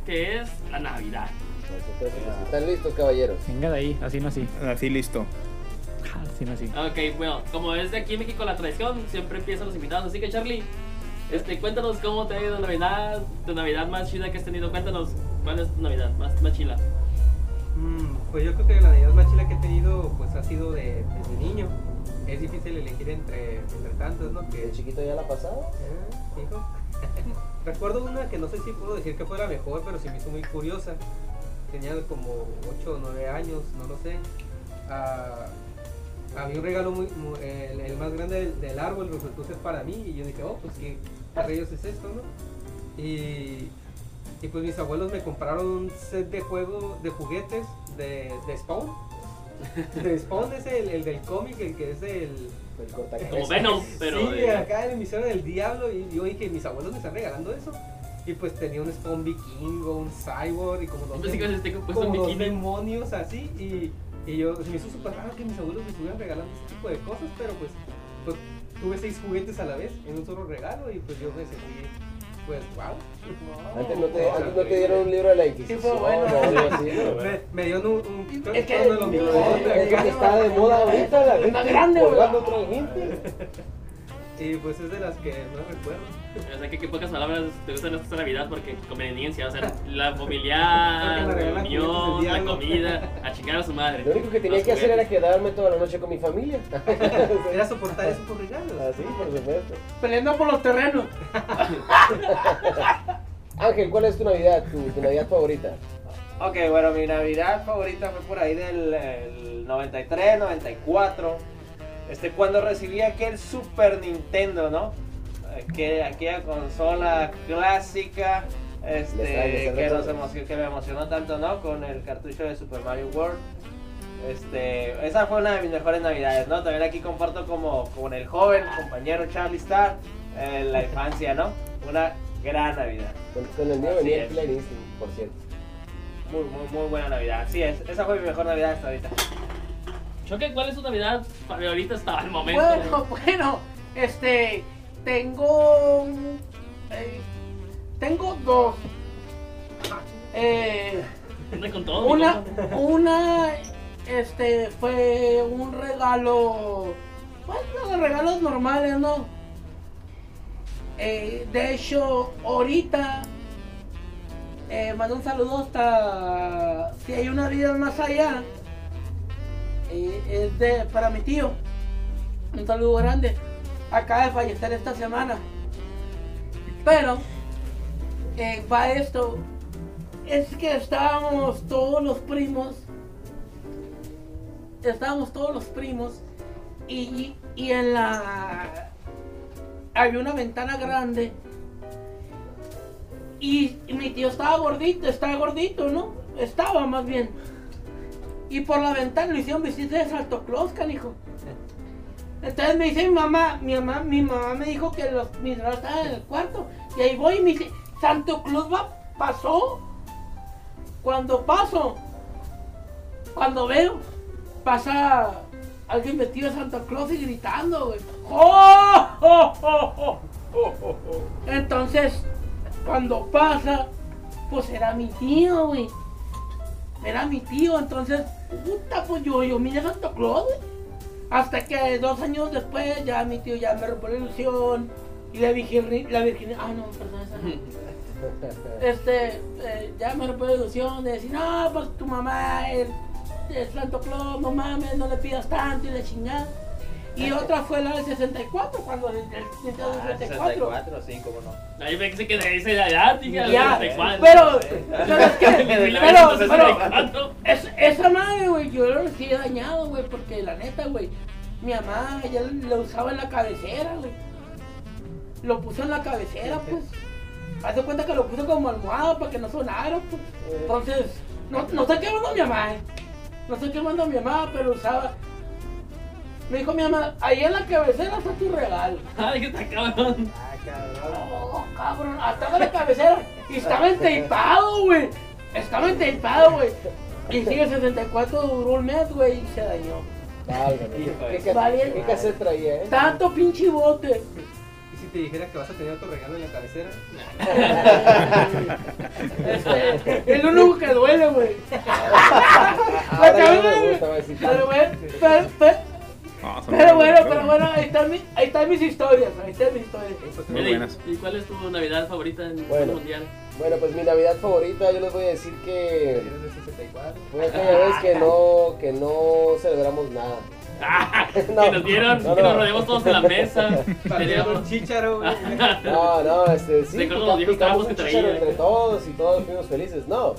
B: Que es la Navidad.
A: Entonces, pues, ¿Están listos, caballeros?
E: Venga de ahí, así no así.
F: Así listo.
E: Así no así.
B: Ok, bueno, como es de aquí en México la tradición, siempre empiezan los invitados. Así que, Charlie, este, cuéntanos cómo te ha ido Navidad, tu Navidad más chida que has tenido. Cuéntanos, ¿cuál es tu Navidad más, más chila?
C: Mm, pues yo creo que la Navidad más chila que he tenido pues ha sido de, desde niño. Es difícil elegir entre, entre tantos, ¿no? Que,
A: ¿El chiquito ya la ha pasado?
C: Ah, hijo. (laughs) Recuerdo una que no sé si puedo decir que fue la mejor, pero se me hizo muy curiosa. Tenía como 8 o 9 años, no lo sé. Ah, había un regalo muy, mu- el, el más grande del, del árbol, lo puse para mí y yo dije, oh, pues qué rayos es esto, ¿no? Y, y pues mis abuelos me compraron un set de juego de juguetes de, de Spawn. (laughs) De Spawn es el, el del cómic, el que es el,
A: El cortacabezas.
B: Como Venom, pero...
C: Pues, sí,
B: de-
C: acá en el Misionero del Diablo y yo dije, mis abuelos me están regalando eso. Y pues tenía un spawn vikingo, un cyborg y como dos,
B: Yo pensé que
C: dem-
B: se te puesto un
C: como dos
B: bikini.
C: demonios así. Y, y yo, se me hizo súper raro que mis abuelos me estuvieran regalando ese tipo de cosas, pero pues, pues, tuve seis juguetes a la vez en un solo regalo y pues yo me sentí, pues, wow.
A: Antes no te, antes no te dieron un libro de la Inquisición.
D: Sí, fue bueno.
A: o algo así, ¿no?
C: Me, me dieron un, un
D: Es que-
C: uno de los
A: Sí,
C: bigotes
A: es lo
C: acá.
A: que está de moda ahorita, la
D: Una
A: gente
D: grande, güey.
A: colgando a otra gente.
C: Y pues es de las que no recuerdo.
B: O sea, que qué pocas palabras te gustan esta Navidad porque conveniencia, o
A: (laughs)
B: sea, la
C: Porque
B: familiar,
C: me
B: la
C: regalan
B: reunión,
C: juguetes del
B: la
C: diablo.
A: (laughs)
B: comida, a chingar a su madre.
A: Lo único que tenía
B: Los
A: que hacer era
B: juguetes.
A: quedarme toda la noche con mi familia. (laughs)
C: Era soportar eso por regalos.
D: Ah,
A: Así, por supuesto.
D: Peleando por los terrenos.
A: Ángel, ¿cuál es tu Navidad? Tu, tu Navidad favorita.
G: Ok, bueno, mi Navidad favorita fue por ahí del el 93, 94. Este, cuando recibí aquel Super Nintendo, ¿no? Aquel- aquella consola clásica este,
A: Les trae- les trae
G: que, nos
A: todo.
G: emocionó, que me emocionó tanto, ¿no? Con el cartucho de Super Mario World. Este, esa fue una de mis mejores navidades, ¿no? También aquí comparto como con el joven compañero Charlie Star eh, la infancia, ¿no? Una gran navidad.
A: Con, con el mío
G: Así
A: venía
G: es.
A: el clarísimo, por cierto.
G: Muy, muy, muy buena Navidad. Así es, esa fue mi mejor Navidad hasta ahorita.
B: Choque, ¿cuál es tu Navidad favorita hasta el momento?
D: Bueno, (laughs) bueno, este, tengo, un- eh, tengo dos. Ah, Eh,
B: Anda con todo, mi
D: una,
B: compa.
D: una, este, fue un regalo, bueno, de regalos normales, ¿no? Eh, de hecho, ahorita, eh, mando un saludo hasta, si hay una vida más allá, eh, es de, para mi tío, un saludo grande, acaba de fallecer esta semana, pero, eh, va esto, es que estábamos todos los primos. Estábamos todos los primos. Y, y en la. Había una ventana grande. Y, y mi tío estaba gordito, estaba gordito, ¿no? Estaba más bien. Y por la ventana le hicieron visita de Santo Claus, canijo. Entonces me dice mi mamá, mi mamá, mi mamá me dijo que los, mis hermanos estaban en el cuarto. Y ahí voy y me dice, Santo Claus va, pasó. Cuando paso, cuando veo, pasa alguien vestido de Santa Claus y gritando, güey. ¡Oh! ¡Oh, oh, oh! Entonces, cuando pasa, pues era mi tío, güey. Era mi tío, entonces, puta, pues yo, yo miré a Santa Claus, güey. Hasta que dos años después, ya mi tío ya me rompió la ilusión. Y la virgen, la virgen, ah, no, perdón, esa no este, eh, ya me rompió la ilusión de decir, no, pues tu mamá es, es Santo Claus, no mames, no le pidas tanto y la chingada. Y otra fue la del 64, cuando el, el Nintendo
G: Ah,
D: 64.
G: 64, sí, cómo no.
B: Ahí me dice que de esa la edad, dije,
D: Ya,
B: a los 64. (laughs)
D: Pero, pero es (laughs) que, pero, pero,
B: 1964.
D: Es, esa madre, güey, yo lo sí he dañado, güey, porque la neta, güey, mi mamá ya lo usaba en la cabecera, güey. Lo puso en la cabecera, pues. Haz de cuenta que lo puso como almohada para que no sonara, pues. Entonces, no, no sé qué mandó mi mamá, eh. No sé qué mandó mi mamá, pero usaba. Me dijo mi mamá, ahí en la cabecera está tu regalo.
B: Ay, que está cabrón.
G: Ah, cabrón.
D: Oh, cabrón, estaba en la cabecera y estaba entepado, güey. Estaba entepado, güey. Y sigue 64 duró un mes, güey, y se dañó.
A: Válgame. ¿Qué, qué, qué,
D: Valiente.
A: qué cassette traía, eh?
D: Tanto pinche bote.
C: Y si te dijera que vas a tener otro regalo en la cabecera,
D: Este, el único que duele, güey.
A: Ahora ya no
D: cabrón.
A: me gusta, va a decir.
D: Pero, güey, pero, pero,
F: No, son
D: pero
F: muy
D: bueno,
F: buenas,
D: pero bueno, ahí están, mi- ahí están mis historias, ahí están mis historias.
F: Muy
B: Mira, y-
F: buenas.
B: ¿Y cuál es tu Navidad favorita en el
A: Bueno.
B: mundial?
A: Bueno, pues mi Navidad favorita, yo les voy a decir que
C: eres del 64.
G: (laughs)
A: fue aquella vez que no, que no celebramos nada.
B: Ah,
A: (laughs) No,
B: que nos dieron,
A: no,
B: que
A: no.
B: nos rodeamos todos en
A: (laughs)
B: la mesa.
C: Partiendo un
B: Teníamos,
C: chícharo,
G: (laughs)
C: güey.
A: No, no, este, sí,
B: Recuerdo
A: pica-
B: los viejos
A: picamos
B: tragos
A: un
B: que
A: chícharo
B: traía.
D: ¿eh?
A: entre ¿eh? todos y todos fuimos felices, no.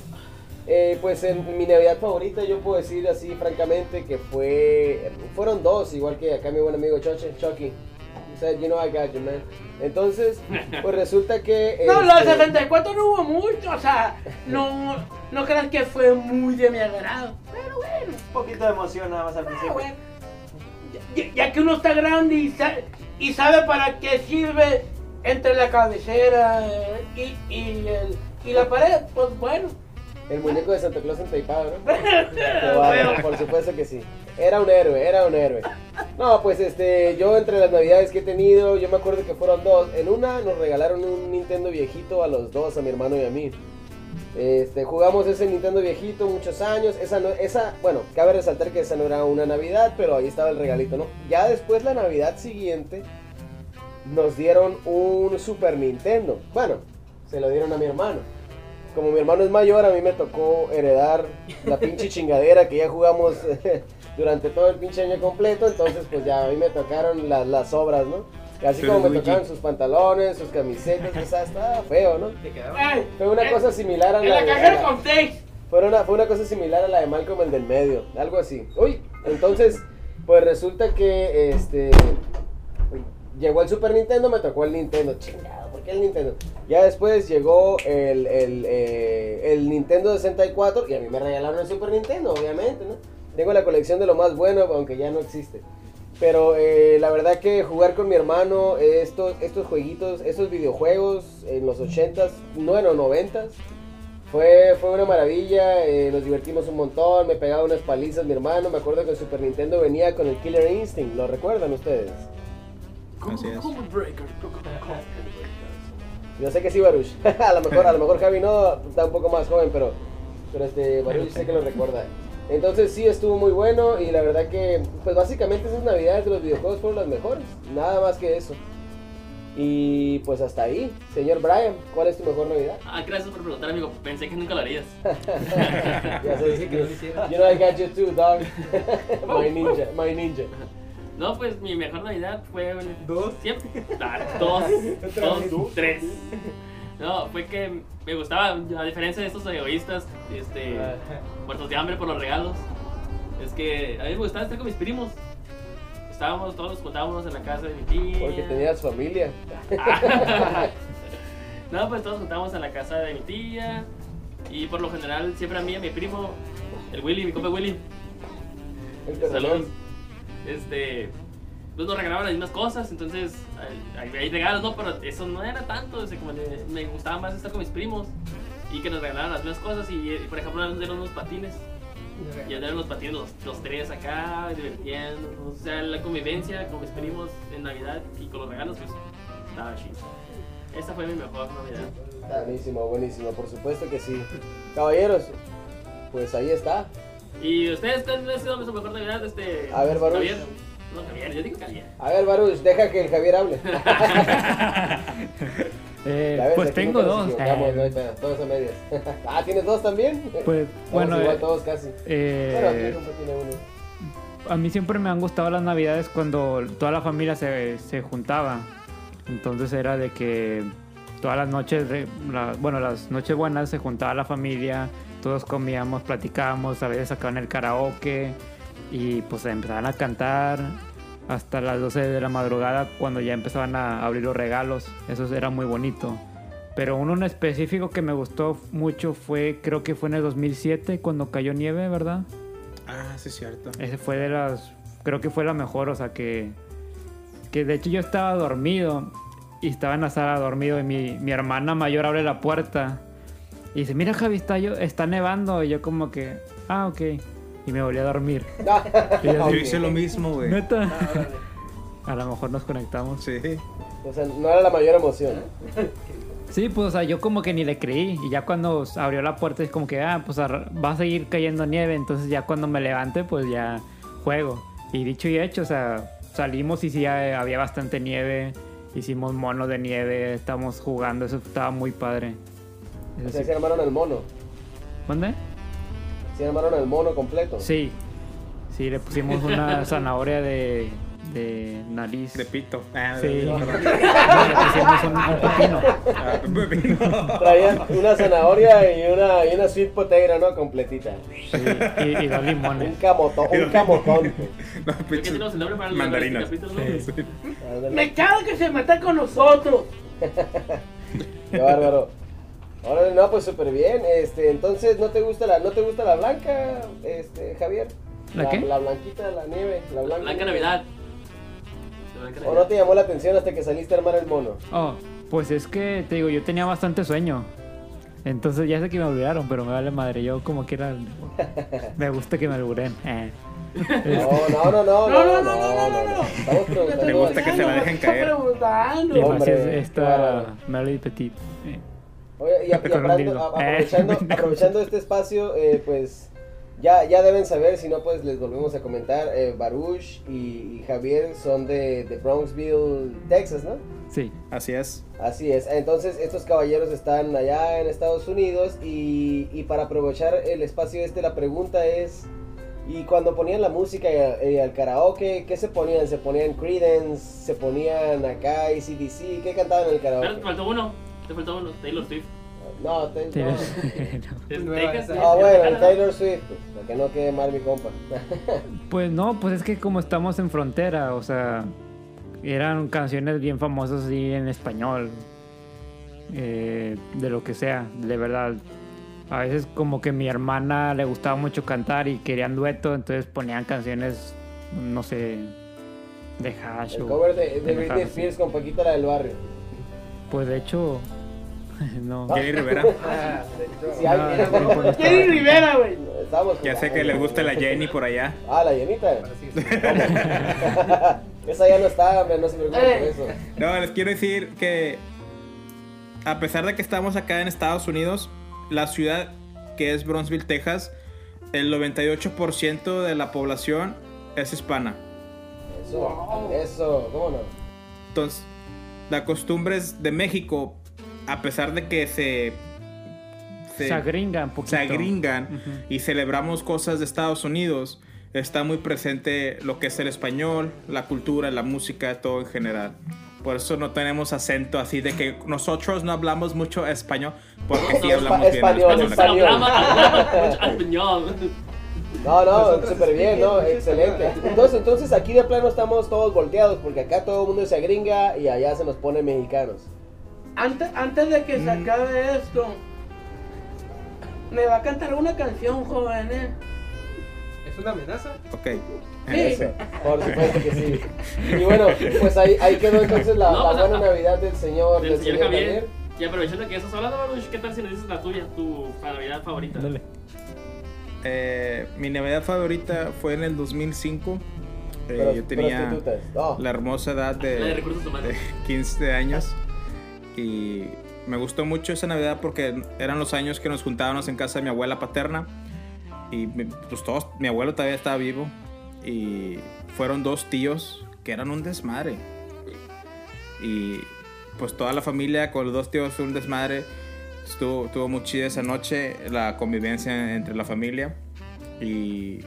A: Eh, pues en mi Navidad favorita yo puedo decir así francamente que fue, fueron dos, igual que acá mi buen amigo Choche, Chucky. O sea, you know I got you, man. Entonces, pues resulta que...
D: No, lo del
A: este,
D: 64 no hubo mucho, o sea, no, no creas que fue muy de mi agrado. Pero bueno.
G: Un poquito de emoción nada más al
D: Ah,
G: principio.
D: güey. Ya, ya que uno está grande y, sa- y sabe para qué sirve entre la cabecera eh, y, y, el- y la pared, pues bueno.
A: El muñeco de Santa Claus entaipado, ¿no? Pero bueno,
D: Bueno,
A: por supuesto que sí. Era un héroe, era un héroe. No, pues este, yo entre las navidades que he tenido, yo me acuerdo que fueron dos. En una nos regalaron un Nintendo viejito a los dos, a mi hermano y a mí. Este, jugamos ese Nintendo viejito muchos años. Esa no, esa, bueno, cabe resaltar que esa no era una Navidad, pero ahí estaba el regalito, ¿no? Ya después la Navidad siguiente nos dieron un Super Nintendo. Bueno, se lo dieron a mi hermano. Como mi hermano es mayor, a mí me tocó heredar la pinche chingadera que ya jugamos eh, durante todo el pinche año completo. Entonces, pues ya a mí me tocaron las, las obras, ¿no? Y Así
F: Tú
A: como me
F: eres Luigi.
A: tocaron sus pantalones, sus camisetas, pues ah, estaba feo, ¿no?
C: Te quedaron.
D: ey,
A: Fue una cosa similar a
D: en
A: la,
D: la
A: de- a
D: cajera
A: la-
D: con seis.
A: fue una, fue una cosa similar a la de Malcolm el del medio, algo así. Uy, entonces, pues resulta que este llegó el Super Nintendo, me tocó el Nintendo. Chingado, ¿por qué el Nintendo? Ya después llegó el, el, eh, el Nintendo 64 y a mí me regalaron el Super Nintendo, obviamente, ¿no? Tengo la colección de lo más bueno, aunque ya no existe. Pero eh, la verdad que jugar con mi hermano eh, estos, estos jueguitos, estos videojuegos en los 80s, no en los 90s, fue, fue una maravilla, eh, nos divertimos un montón, me pegaba unas palizas mi hermano, me acuerdo que el Super Nintendo venía con el Killer Instinct, ¿lo recuerdan ustedes?
F: Así es.
A: Yo sé que sí, Baruch, (laughs) a lo mejor, a lo mejor Javi no, está un poco más joven, pero, pero este, Baruch sé que lo recuerda. Entonces sí, estuvo muy bueno y la verdad que, pues básicamente esas navidades de los videojuegos fueron las mejores, nada más que eso. Y pues hasta ahí, señor Brian, ¿cuál es tu mejor navidad?
B: Ah, gracias por preguntar, amigo. Pensé que nunca
A: (laughs)
B: lo harías.
A: Ya
C: Te dije que no lo
A: sabes,
C: hicieras.
A: you know I got you too, dog. (laughs) my ninja, my ninja.
B: No, pues mi mejor Navidad fue un-
C: Dos.
B: siempre. Ah, dos,
C: (laughs) Otra vez.
B: dos, tres. No, fue que me gustaba, a diferencia de estos egoístas,
C: (laughs)
B: este, muertos de hambre por los regalos. Es que a mí me gustaba estar con mis primos. Estábamos todos, juntábamos en la casa de mi tía.
A: Porque tenías familia.
B: no, pues todos juntábamos en la casa de mi tía. Y por lo general, siempre a mí y a mi primo, el Willy, mi compa Willy,
A: El
B: Saludos.
A: coronel.
B: Este. Pues nos regalaban las mismas cosas, entonces eh, hay, hay regalos, ¿no? Pero eso no era tanto, o sea, como le- me gustaba más estar con mis primos y que nos regalaran las mismas cosas. Y, eh, por ejemplo, nos dieron unos patines, y andaron los patines los, los tres acá, divirtiéndonos. O sea, la convivencia con mis primos en Navidad y con los regalos, pues estaba chido. Esta fue mi mejor Navidad.
A: Buenísimo, buenísimo, por supuesto que sí. Caballeros, pues ahí está.
B: ¿Y ustedes cuál ha sido su mejor Navidad? Este,
A: A ver, Baruch.
B: Javier. No, Javier, yo digo Javier.
A: A ver, Baruch, deja que el Javier
E: (laughs)
A: hable.
E: Eh,
A: Ya ves,
E: pues
A: aquí
E: tengo
A: nunca nos
E: dos.
A: equivocamos,
E: Eh,
A: no hay pedo, todos a medias. (laughs) ah, ¿tienes dos también?
E: pues
A: Estamos
E: bueno,
A: igual
E: eh,
A: todos casi. Bueno, aquí
E: eh,
A: nunca tiene uno.
E: a mí siempre me han gustado las navidades cuando toda la familia se, se juntaba. Entonces era de que todas las noches, de- la- bueno, las noches buenas se juntaba la familia, todos comíamos, platicábamos, a veces sacaban el karaoke y pues empezaban a cantar hasta las 12 de la madrugada cuando ya empezaban a abrir los regalos. Eso era muy bonito. Pero uno en específico que me gustó mucho fue, creo que fue en el 2007 cuando cayó nieve, ¿verdad?
F: Ah, sí, es cierto.
E: Ese fue de las. Creo que fue la mejor, o sea que. Que de hecho yo estaba dormido. Y estaba en la sala dormido. Y mi, mi hermana mayor abre la puerta. Y dice: Mira, Javi, está, yo, está nevando. Y yo, como que. Ah, ok. Y me volví a dormir. Y yo
F: Yo
E: así,
F: hice lo mismo, güey.
E: Neta. (laughs) A lo mejor nos conectamos.
F: Sí.
A: O sea, no era la mayor emoción. ¿eh?
E: Sí, pues, o sea, yo como que ni le creí. Y ya cuando abrió la puerta es como que, ah, pues ar- va a seguir cayendo nieve. Entonces ya cuando me levante, pues ya juego. Y dicho y hecho, o sea, salimos y sí eh, había bastante nieve. Hicimos monos de nieve, estábamos jugando, eso estaba muy padre. Eso
A: O sea,
E: sí.
A: se armaron el mono.
E: ¿Dónde?
A: Se armaron el mono completo.
E: Sí. Sí, le pusimos una zanahoria de, de nariz.
F: De pito. Ah,
E: Sí.
F: (laughs) de-
B: (laughs)
E: No, le pusimos un, un pepino.
F: Ah, pepino.
A: Traían una zanahoria y una, y una sweet potato, ¿no? Completita.
E: Sí, y- y dos
A: Un
E: limones.
A: camotón, un
E: (laughs)
A: camotón.
F: No,
B: Creo que
F: pinches (laughs)
B: tenemos el nombre para el
F: Mandarinas.
B: capítulo, ¿no?
E: Sí.
A: Ándale,
D: Me cago que se meta con nosotros.
A: Qué bárbaro. Órale, no, pues súper bien. Este, entonces, ¿no te gusta la, no te gusta la blanca, este, Javier?
E: ¿La qué?
A: La blanquita, la nieve, la blanca.
B: Blanca Navidad. La Blanca
A: ¿O no
B: Navidad.
A: te llamó la atención hasta que saliste a armar el mono?
E: Oh, pues es que te digo, yo tenía bastante sueño. Entonces ya sé que me olvidaron, pero me vale madre. Yo como quiera. Me gusta que me alburen. Eh.
A: No, no, no, no,
D: No, no, no, no, no, no.
A: Estamos preguntando.
F: Me gusta que se la
D: Preguntando,
F: dejen
D: está
F: caer.
D: preguntando.
E: Y más
A: Hombre,
E: es
A: claro.
E: esta Melody Petit. Eh,
A: Oye, y, a- y
E: Con un
A: hablando-
E: dildo.
A: a- aprovechando,
E: Eh, pendejo.
A: aprovechando este espacio, eh, pues ya, ya deben saber, si no, pues les volvemos a comentar. Eh, Baruch y, y Javier son de, de Bronxville, Texas, ¿no?
E: Sí.
F: Así es.
A: Así es, entonces estos caballeros están allá en Estados Unidos y, y para aprovechar el espacio este la pregunta es, ¿y cuando ponían la música y, a- y al karaoke, qué se ponían? ¿Se ponían Creedence? ¿Se ponían acá y CDC? ¿Qué cantaban en el
B: Pero te
A: karaoke?
B: faltó uno. Te faltó uno. Taylor Swift.
A: No, te-
E: (laughs) sí,
A: no.
E: no.
B: Es
C: Nueva
B: Texas,
C: esa.
B: ¿no?
A: Ah, bueno,
B: Claro.
A: Taylor Swift, pues, para que no quede mal mi compa.
E: Pues no, pues es que como estamos en frontera, o sea, eran canciones bien famosas así en español, eh, de lo que sea, de verdad. A veces como que mi hermana le gustaba mucho cantar y querían dueto, entonces ponían canciones, no sé, de hash.
A: El
E: o-
A: cover de, de
E: en
A: Britney
E: hash, sí.
A: Spears con Paquita la del barrio.
E: Pues de hecho, (laughs) no.
F: Jenny Rivera.
C: Ah, de hecho,
A: Sí, hay-
E: No, el grupo
A: (laughs)
E: no estaba.
D: Jenny Rivera, güey.
A: Estábamos
F: Ya sé
A: jugando.
F: que le gusta la Jenny por allá.
A: Ah, la llenita.
C: para sí,
A: (laughs)
C: sí.
A: Esa ya no está, hombre, no se preocupe por
D: Eh.
A: eso.
F: No, les quiero decir que a pesar de que estamos acá en Estados Unidos, la ciudad que es Bronzeville, Texas, el 98% de la población es hispana.
A: Eso, eso, ¿cómo no?
F: Entonces, la costumbre es de México, a pesar de que se...
E: Se agringan un poquito.
F: se agringan
E: Ujú.
F: y celebramos cosas de Estados Unidos, está muy presente lo que es el español, la cultura, la música, todo en general. Por eso no tenemos acento así de que nosotros no hablamos mucho español, porque sí
A: Espa-
F: hablamos bien el
A: español,
B: Haces
F: español. acá.
A: español.
B: programa,
A: (laughs)
B: programa, mucho español.
A: No, no,
C: Nosotros
A: súper bien, ¿no?
C: sí, sí, sí,
A: Excelente.
C: sí.
A: Entonces, entonces aquí de plano estamos todos volteados porque acá todo el mundo se agringa y allá se nos pone mexicanos.
D: Antes, antes de que se
F: Mm.
D: acabe esto, me va a cantar una canción, joven, eh.
C: ¿Es una amenaza?
F: Ok. eh,
D: Sí.
A: Por supuesto que sí. Y bueno, pues ahí, ahí quedó entonces la, la
B: No, pues,
A: buena
B: ajá.
A: Navidad del señor,
B: Del señor Javier.
A: Javier.
B: Y aprovechando que ya estás hablando, Baruch, ¿qué tal si nos dices la tuya, tu Navidad favorita?
E: Ándale.
F: Eh, mi Navidad favorita fue en el 2005. Eh,
A: Pero-
F: yo tenía
A: prostitutas. No,
F: la hermosa edad
B: La de
F: de,
B: recursos
F: de
B: humanos.
F: 15 años y me gustó mucho esa Navidad porque eran los años que nos juntábamos en casa de mi abuela paterna y mi- pues todos, mi abuelo todavía estaba vivo y fueron dos tíos que eran un desmadre y pues toda la familia con los dos tíos fue un desmadre estuvo, estuvo muy chida esa noche la convivencia entre la familia y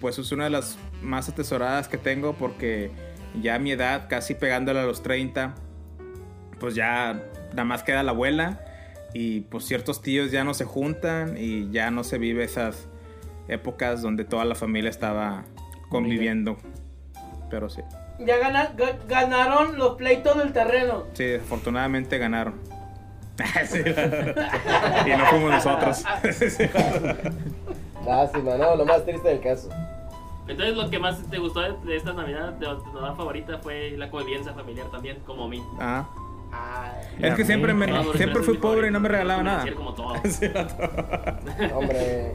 F: pues es una de las más atesoradas que tengo porque ya a mi edad, casi pegándole a los 30, pues ya nada más queda la abuela y pues ciertos tíos ya no se juntan y ya no se vive esas épocas donde toda la familia estaba conviviendo. Pero sí,
D: Ya gana- ga- ganaron los pleitos del terreno.
F: sí, desafortunadamente ganaron. (laughs) Sí, y no fuimos nosotros. Ah.
A: Lástima, no, lo más triste del caso.
B: Entonces, lo que más te gustó de, de esta Navidad, de tu Navidad favorita, fue la convivencia familiar también, como a mí.
F: Ah,
E: La
F: es que siempre, me-
E: menta.
F: siempre fui pobre y no me regalaba
B: regalaban
F: nada.
B: Como
F: (laughs)
B: todos.
A: Hombre.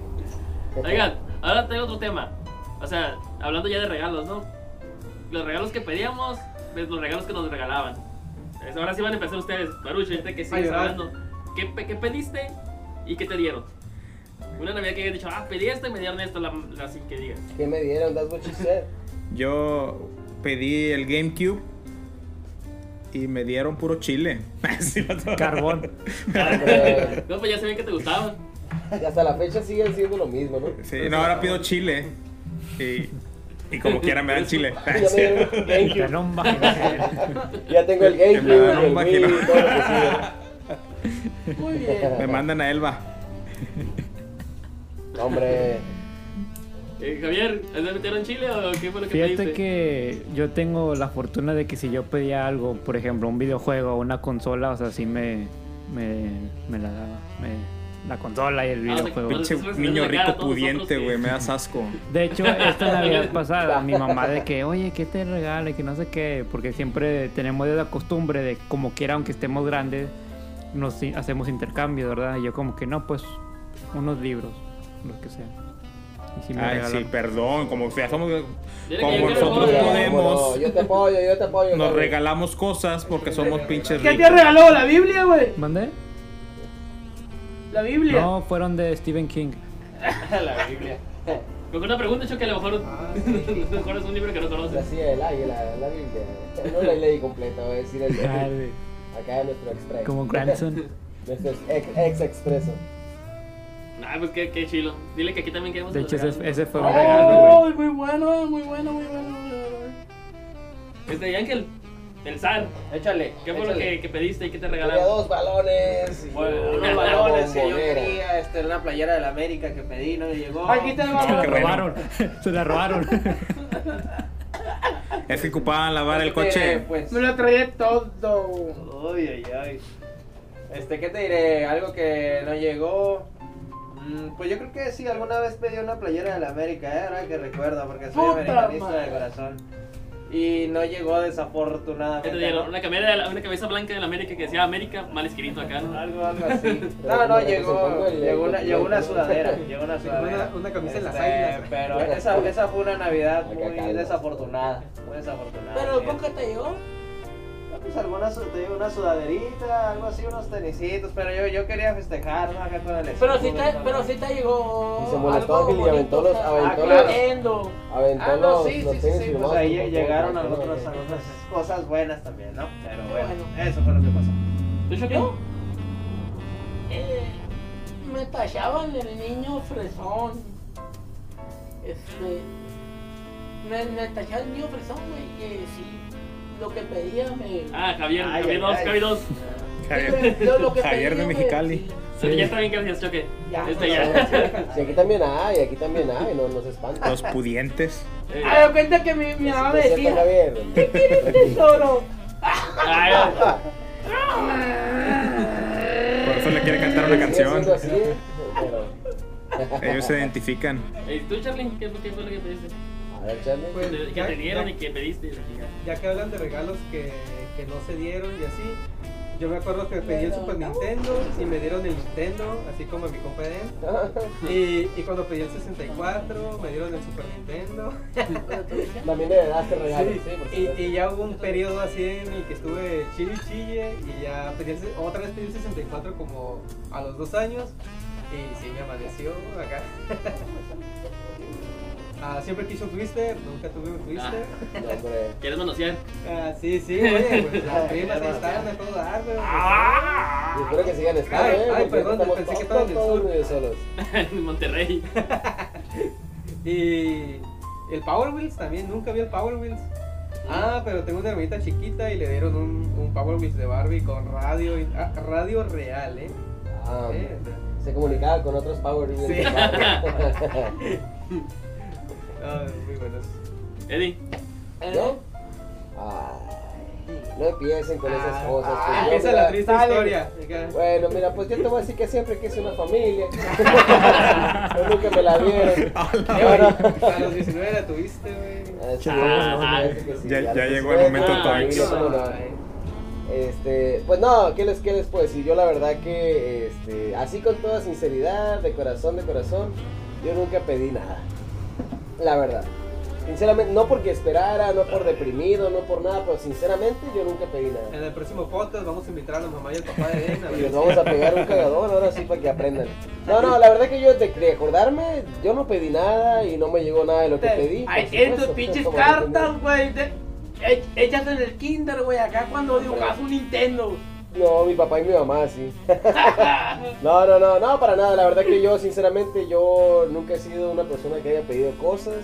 B: Oigan, ahora tengo otro tema. O sea, hablando ya de regalos, ¿no? Los regalos que pedíamos, pues, los regalos que nos regalaban. Entonces, ahora sí van a empezar ustedes, Baruch, ahorita que sigues
C: llorar.
B: hablando. ¿Qué, pe- qué pediste y qué te dieron? Una Navidad que hayas dicho, ah, pedí esto y me dieron esto, la, la- así que digas.
A: ¿Qué me dieron? That's what you
B: (laughs)
A: said.
F: Yo pedí el GameCube y me dieron puro chile. (laughs) Sí, no, no.
E: Carbón.
A: Hombre,
B: No, pues ya se ve que te gustaban.
A: y (laughs) hasta la fecha siguen siendo lo mismo, ¿no?
F: Sí, no, ahora pido chile. Y, y como quiera me dan chile.
A: (laughs) Ya, me dieron un GameCube,
E: El pelón
F: (laughs)
E: va.
A: ya tengo el
F: Que me
A: GameCube,
F: dan
A: el Wii,
F: un vagino.
A: todo lo que sigue.
D: Muy bien.
F: Me mandan a Elba.
A: Hombre,
B: Eh, Javier, ¿te metieron chile o qué fue lo que
E: Fíjate
B: pediste?
E: que yo tengo la fortuna de que si yo pedía algo, por ejemplo, un videojuego o una consola, o sea, sí me, me, me la daba. me- la consola y el
B: Ah, o sea,
E: videojuego.
B: pues,
F: Pinche
B: eso es
F: niño
B: la cara a
F: rico
B: todos
F: pudiente,
B: nosotros,
F: güey.
B: sí. (laughs)
F: Me das asco.
E: De hecho, esta Navidad pasada, mi mamá de que, oye, ¿qué te regale? Que no sé qué, porque siempre tenemos la costumbre de, como quiera, aunque estemos grandes, nos i- hacemos intercambios, ¿verdad? Y yo como que, no, pues, unos libros, lo que sea. Y si me
F: Ay,
E: regalan.
F: sí, perdón. Como que somos.
B: Dile que
F: (laughs) Como
B: yo quiero
F: nosotros
B: jugar.
A: vámonos,
F: podemos.
A: yo te apoyo, yo te apoyo.
F: Nos
A: Gabriel.
F: regalamos cosas porque somos pinches
D: ¿Qué te
F: ricos.
D: regaló? ¿La Biblia, güey?
E: ¿Mandé?
D: La Biblia.
E: No, fueron de Stephen
F: (laughs)
E: King.
G: (laughs) la Biblia. Ah,
B: Porque una pregunta, hecho que a lo mejor, (laughs) a lo mejor es un libro que no
A: La
B: conoces.
A: silla del águila, la Biblia. No la leí completa, voy a decir el
E: Ay,
A: (laughs) Acá nuestro express.
E: Como Grandson.
A: (laughs) Nuestro ex, ex expreso.
B: Ah, pues qué, qué chilo. Dile que aquí también queremos
E: De
B: los
E: hecho,
B: regalos.
E: ese, ese fue un regalo,
D: Oh, muy bueno, muy bueno, muy bueno. muy bueno.
B: Este, y Ángel, el SAR,
G: Échale.
B: ¿qué fue lo
G: échale.
B: que, que pediste y qué te
A: Tenía
B: regalaron?
A: dos balones. y
G: Bueno,
A: una
G: unos balones que yo
A: bombonera.
G: quería, este, una playera de la América que pedí, no me llegó.
D: Aquí te va.
E: güey. Se la
F: Qué bueno.
E: robaron. (laughs) Se la robaron.
F: Es que ocupaban lavar el
G: ¿Qué te diré,
F: coche.
G: Pues,
D: Me lo traía todo.
G: Ay, ay, ay. Este, ¿qué te diré? Algo que no llegó. Mm, Pues yo creo que sí, alguna vez pedí una playera de la América, ¿eh? ahora que recuerdo, porque soy
D: Puta
G: americanista
D: madre.
G: de corazón. Y no llegó
B: ¿Qué
G: desafortunadamente.
B: te dieron? Una camisa, de la- una camisa blanca de la América que decía América, mal escrito acá, ¿no?
G: Algo, algo así.
A: Pero
G: No, no,
A: como representando
G: llegó,
A: el-
G: llegó, una,
A: el-
G: llegó una
A: el-
G: (laughs) sudadera. Llegó una sudadera.
C: Una- una camisa de las
G: Este,
C: águilas.
G: Pero esa, esa fue una Navidad
A: Ay, qué
G: muy
A: calma.
G: desafortunada. Muy desafortunada.
D: Pero
G: sí.
D: ¿con te llegó?
G: Ah, Pues alguna su- te digo, una sudaderita, algo así, unos tenisitos, pero yo, yo quería festejar, ¿no? Acá con el
D: Pero
G: escudo
D: si
G: y
D: te,
G: todo.
D: pero si te llegó.
A: Y se molestó Ángel y
D: bonito,
A: aventó los-
D: o sea, ah,
A: aventó
G: los-
D: tremendo.
A: Aventó
G: Ah, no,
A: los,
G: sí,
A: los
G: sí,
A: tenis
G: sí, sí, pues
A: firmados
G: ahí
A: por
G: lle-
A: todos,
G: llegaron
A: por todos.
G: algunas, algunas cosas buenas también, ¿no? Pero bueno,
D: Bueno.
G: eso fue lo que pasó.
B: ¿Tú, Chucky?
D: ¿Yo? Eh, me tachaban el niño fresón. Este. Me, me tachaban el niño fresón, güey. Que sí. Lo que pedía me. (laughs)
B: Ah, Javier,
G: Ay,
B: Javier
G: ay,
B: 2,
G: ay.
B: Javier 2.
F: Javier,
D: Yo lo que
F: Javier de
D: pedía, güey,
F: Mexicali.
D: sí.
B: Ya está bien, gracias, Choque.
D: Ya,
B: Este,
D: no,
B: ya.
A: Sí, aquí también hay, aquí también hay, no nos espanta.
F: Los pudientes.
B: Eh,
D: A ver, Ah, cuenta que mi, mi mamá me
A: Siéntate,
D: decía.
A: Javier.
D: ¿Quieres tesoro?
B: ay, ay.
F: Por eso le quiere cantar una
A: Sigue
F: canción.
A: siendo así, pero-
F: Ellos se identifican.
B: Eh, ¿Tú, Charlie, qué, qué fue lo que pediste?
A: A ver, Charlie.
C: Pues,
B: ¿Qué
C: ya-
B: te dieron
C: ya-
B: y qué pediste?
C: Ya que hablan de regalos que, que no se dieron y así, yo me acuerdo que pedí el Super Nintendo y me dieron el Nintendo, así como a mi compa
A: (laughs)
C: Eden. Y, y cuando pedí el 64, me dieron el Super Nintendo.
A: También le das el regalo,
C: (laughs)
A: sí,
C: Sí,
A: por
C: y,
A: supuesto.
C: y ya hubo un periodo así en el que estuve chile y chille y ya pedí el se- otra vez pedí el 64 como a los dos años y sí me amaneció acá. (laughs) Ah, siempre quise un twister, nunca tuve un twister.
A: No, hombre.
B: ¿Quieres manosear? (laughs)
C: Ah, sí, sí, oye,
A: (laughs)
C: pues las primas ahí están a todo dar, güey. pues,
A: Y espero que sigan estando,
C: Ah, Ay,
A: ¿eh?
C: ay,
A: Porque
C: perdón,
A: estamos
C: pensé que
A: todos,
C: estaban en el
A: todos
C: sur.
A: medio solos.
B: En Monterrey.
C: Y, El Power Wheels también, nunca vi el Power Wheels. Ah, pero tengo una hermanita chiquita y le dieron un, un Power Wheels de Barbie con radio, y- ah, radio real, ¿eh?
A: Ah,
C: Eh, o sea,
A: se comunicaba con otros Power Rangers.
C: (laughs) ah, muy buenos.
B: Eddie,
A: ¿Yo? Ay, no empiecen con esas cosas.
C: Ah,
A: pues, yo,
C: empieza
A: mira,
C: la triste
A: dale.
C: historia. Acá.
A: Bueno, mira, pues yo te voy a decir que siempre quise una
C: (laughs)
A: familia. Yo nunca me la vieron.
C: Eh, güey, a los 19 la tuviste, güey.
A: Este,
B: Chale.
A: parece que sí,
F: Ya-
A: a
F: ya
A: los
F: llegó el
A: 19,
F: momento
A: una
B: Tox.
A: familia, ¿cómo no?
C: Ay.
A: eh. Este, pues no, ¿qué les, ¿qué les puedo decir? Yo la verdad que, este, así con toda sinceridad, de corazón, de corazón, yo nunca pedí nada. La verdad. Sinceramente, no porque esperara, no por deprimido, no por nada, pero sinceramente yo nunca pedí nada.
C: En el próximo podcast vamos a invitar a la mamá y al papá de Elena.
A: Y les vamos a
C: (laughs)
A: pegar un cagadón ahora sí para que aprendan. No, no, la verdad que yo, de recordarme, yo no pedí nada y no me llegó nada de lo que pedí. por
D: Ay, en tus
A: supuesto,
D: pinches
A: como no pedí nada.
D: cartas, güey. de- he- Hechas en el kinder, güey, acá cuando dibujas un Nintendo.
A: No, mi papá y mi mamá, sí. (laughs) no, no, no, no, para nada. La verdad que yo, sinceramente, yo nunca he sido una persona que haya pedido cosas.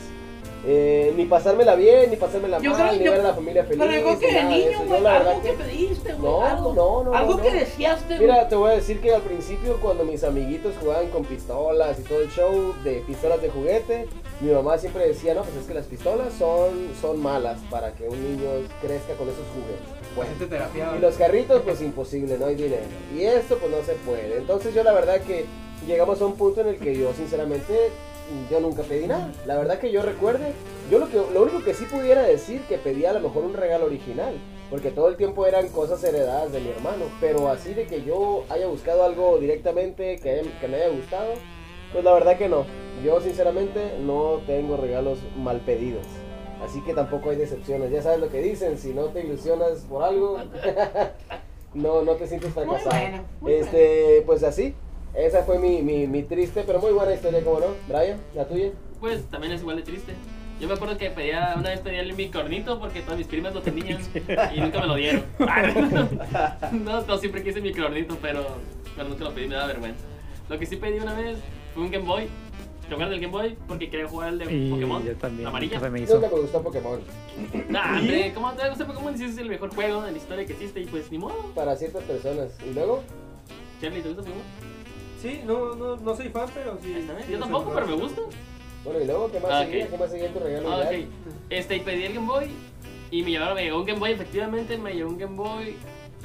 A: Eh, ni pasármela bien, ni pasármela
D: Yo creo
A: mal,
D: que
A: ni
D: yo-
A: ver a la familia feliz.
D: Pero yo creo que
A: ni
D: de
A: nada de
D: niño,
A: eso. Yo,
D: güey,
A: la verdad
D: algo que pediste, güey.
A: No,
D: algo,
A: no, no,
D: Algo
A: no,
D: que
A: no.
D: deseaste, güey.
A: Mira, te voy a decir que al principio cuando mis amiguitos jugaban con pistolas y todo el show de pistolas de juguete, mi mamá siempre decía, no, pues es que las pistolas son, son malas para que un niño crezca con esos juguetes. Bueno,
C: Gente terapia.
A: y
C: güey.
A: los carritos, pues imposible, no hay dinero. Y esto, pues no se puede. Entonces yo la verdad que llegamos a un punto en el que yo, sinceramente, yo nunca pedí nada. La verdad que yo recuerde, yo lo, que, lo único que sí pudiera decir que pedía a lo mejor un regalo original. Porque todo el tiempo eran cosas heredadas de mi hermano. Pero así de que yo haya buscado algo directamente que, haya- que me haya gustado, pues la verdad que no. Yo sinceramente no tengo regalos mal pedidos. Así que tampoco hay decepciones. Ya sabes lo que dicen, si no te ilusionas por algo, (laughs) no, no te sientes
D: Muy
A: fracasado.
D: bueno. muy bueno.
A: este, pues así. Esa fue mi, mi, mi triste, pero muy buena historia, como no? Brian, la tuya.
B: pues también es igual de triste. Yo me acuerdo que pedía, una vez pedía el unicornito porque todas mis primas lo tenían y nunca me lo dieron. no, no, siempre quise mi microornito, pero, pero nunca lo pedí, me da vergüenza. Lo que sí pedí una vez fue un Game Boy. ¿Te acuerdas del Game Boy? Porque quería jugar al de
E: Y
B: Pokémon.
E: yo también.
B: la amarilla.
E: nunca se me hizo.
A: Nunca me gustó Pokémon.
B: Nah, hombre, ¿cómo te va a gustar Pokémon si es el mejor juego de la historia que existe? Y pues ni modo.
A: Para ciertas personas. Y luego,
B: Charlie, ¿te gusta Pokémon?
C: Sí, no, no, no soy fan, pero sí.
B: Está bien.
C: sí
B: Yo
C: los
B: tampoco, pero
C: encontré.
B: me gusta.
A: bueno, y luego, ¿qué más
B: Ah,
A: seguía?
B: ok.
A: ¿Qué más seguía en tu regalo?
B: Ah,
A: ideal?
B: ok. Este, y pedí el Game Boy y me llevaron, me llegó un Game Boy, efectivamente me llegó un Game Boy,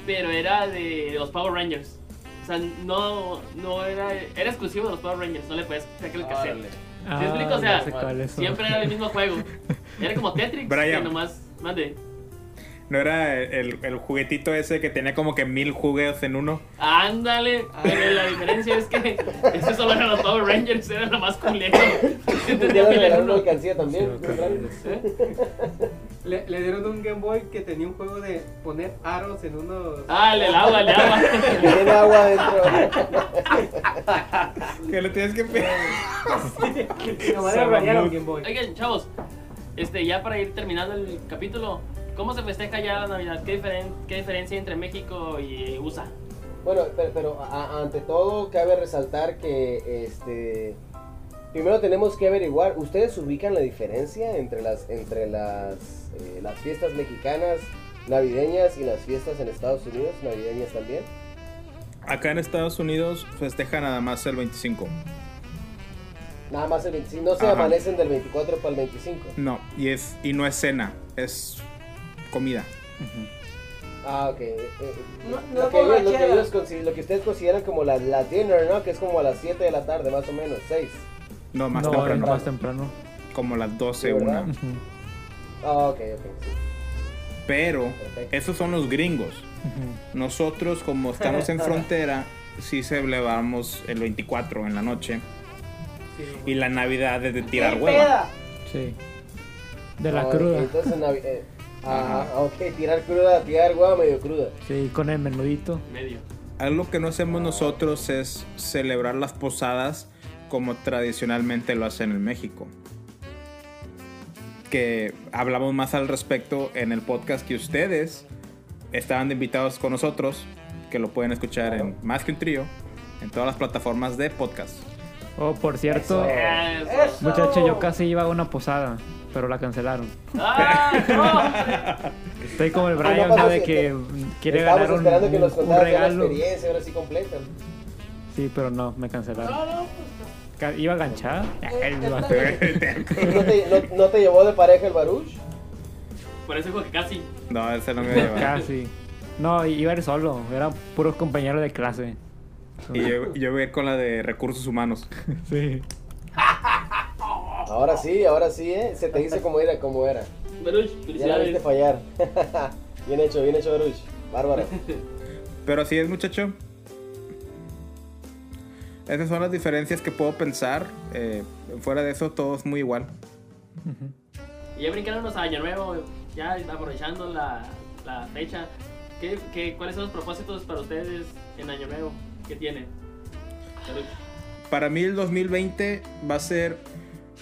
B: pero era de los Power Rangers. O sea, no, no era, era exclusivo de los Power Rangers, no le puedes sacar el cassette.
G: Órale.
E: Ah,
B: ¿Te explico? O
E: ya
B: sea,
E: sé cuáles son.
B: siempre era el mismo juego. Era como Tetris,
F: Brian.
B: que nomás, mande.
F: ¿No era el, el juguetito ese que tenía como que mil juguetes en uno?
B: Ándale, pero la diferencia es que eso solo eran los Power Rangers, era nomás culero.
A: Ya
B: Entendía
A: le
B: pelear
A: regalaron una
B: uno.
A: alcancía también. ¿verdad?
B: ¿Eh?
C: Le, le dieron un Game Boy que tenía un juego de poner aros en unos. (laughs)
B: Ah, el del agua, el del agua.
A: Que tiene agua adentro.
F: Que lo tienes que pedir.
C: Nomás
F: Se
C: le rayaron
F: mamó.
C: Game Boy.
B: Oigan, chavos, este, ya para ir terminando el capítulo, ¿cómo se festeja ya la Navidad? ¿Qué, diferen- qué diferencia hay entre México y USA?
A: Bueno, pero, pero a- ante todo cabe resaltar que este primero tenemos que averiguar, ¿ustedes ubican la diferencia entre las entre las eh, las fiestas mexicanas navideñas y las fiestas en Estados Unidos navideñas también?
F: Acá en Estados Unidos festeja nada más el 25.
A: Nada más el 25, no se
F: Ajá.
A: amanecen del 24 para el 25.
F: No, y, es, y no es cena, es comida.
A: Ah, ok. eh, eh,
D: No- no
A: lo, que ellos- lo, que
D: borrachera.
A: ellos consi- lo que ustedes consideran como la, la dinner, ¿no? Que es como a las 7 de la tarde, más o menos, 6.
F: No, más
E: no,
F: temprano.
E: más temprano.
F: Como las 12,
A: Sí, ¿verdad?
F: una.
E: Ujú,
A: Ah, ok, ok, sí,
F: Pero
A: perfecto.
F: esos son los gringos.
E: ujú.
F: Nosotros, como estamos
A: (laughs)
F: en frontera, sí celebramos el 24 en la noche. Y la Navidad es de tirar
D: ¡Qué
F: hueva.
D: peda!
E: Sí. De la
A: Ah,
E: cruda.
A: Entonces, navi-
E: (laughs)
A: eh, ah, ok, tirar cruda, tirar hueva medio cruda.
E: Sí, con el menudito.
B: Medio.
F: Algo que no hacemos nosotros es celebrar las posadas como tradicionalmente lo hacen en México. Que hablamos más al respecto en el podcast que ustedes estaban de invitados con nosotros, que lo pueden escuchar en Más que un trío, en todas las plataformas de podcast.
E: Oh, por cierto,
B: Eso.
E: muchacho, yo casi iba a una posada, pero la cancelaron.
B: ¡Ah,
E: Estoy como el
A: Ah, no,
E: Brian,
A: pues,
E: ¿no? De
A: es
E: que quiere
A: Estábamos
E: ganar un,
A: esperando que nos
E: un
A: contaras ya la
E: regalo.
A: experiencia, ahora sí completa.
E: Sí, pero no, me cancelaron.
D: No, no, pues,
E: Ca- ¿Iba enganchada? (laughs) Ay,
D: ya
E: no.
D: está.
A: (laughs) ¿No te, no- no te llevó de pareja el Baruch?
B: no! Por eso dijo que casi.
F: No, ese no me lleva.
E: (laughs) Casi. No, iba a ir solo. Eran puros compañeros de clase.
F: Y yo, yo voy a ir con la de recursos humanos.
E: (laughs) Sí.
A: Ahora sí, ahora sí, ¿eh? Se te dice como era, como era.
B: Baruch,
A: Ya la viste
B: felicidades.
A: fallar. (laughs) bien hecho, bien hecho, Baruch. Bárbaro.
F: Pero así es, muchacho. Esas son las diferencias que puedo pensar. eh, fuera de eso, todo es muy igual.
B: Y ya brincándonos a Año Nuevo, ya aprovechando la, la fecha. ¿qué, qué, cuáles son los propósitos para ustedes en Año Nuevo? ¿Qué tienen? Baruch.
F: Para mí el 2020 va a ser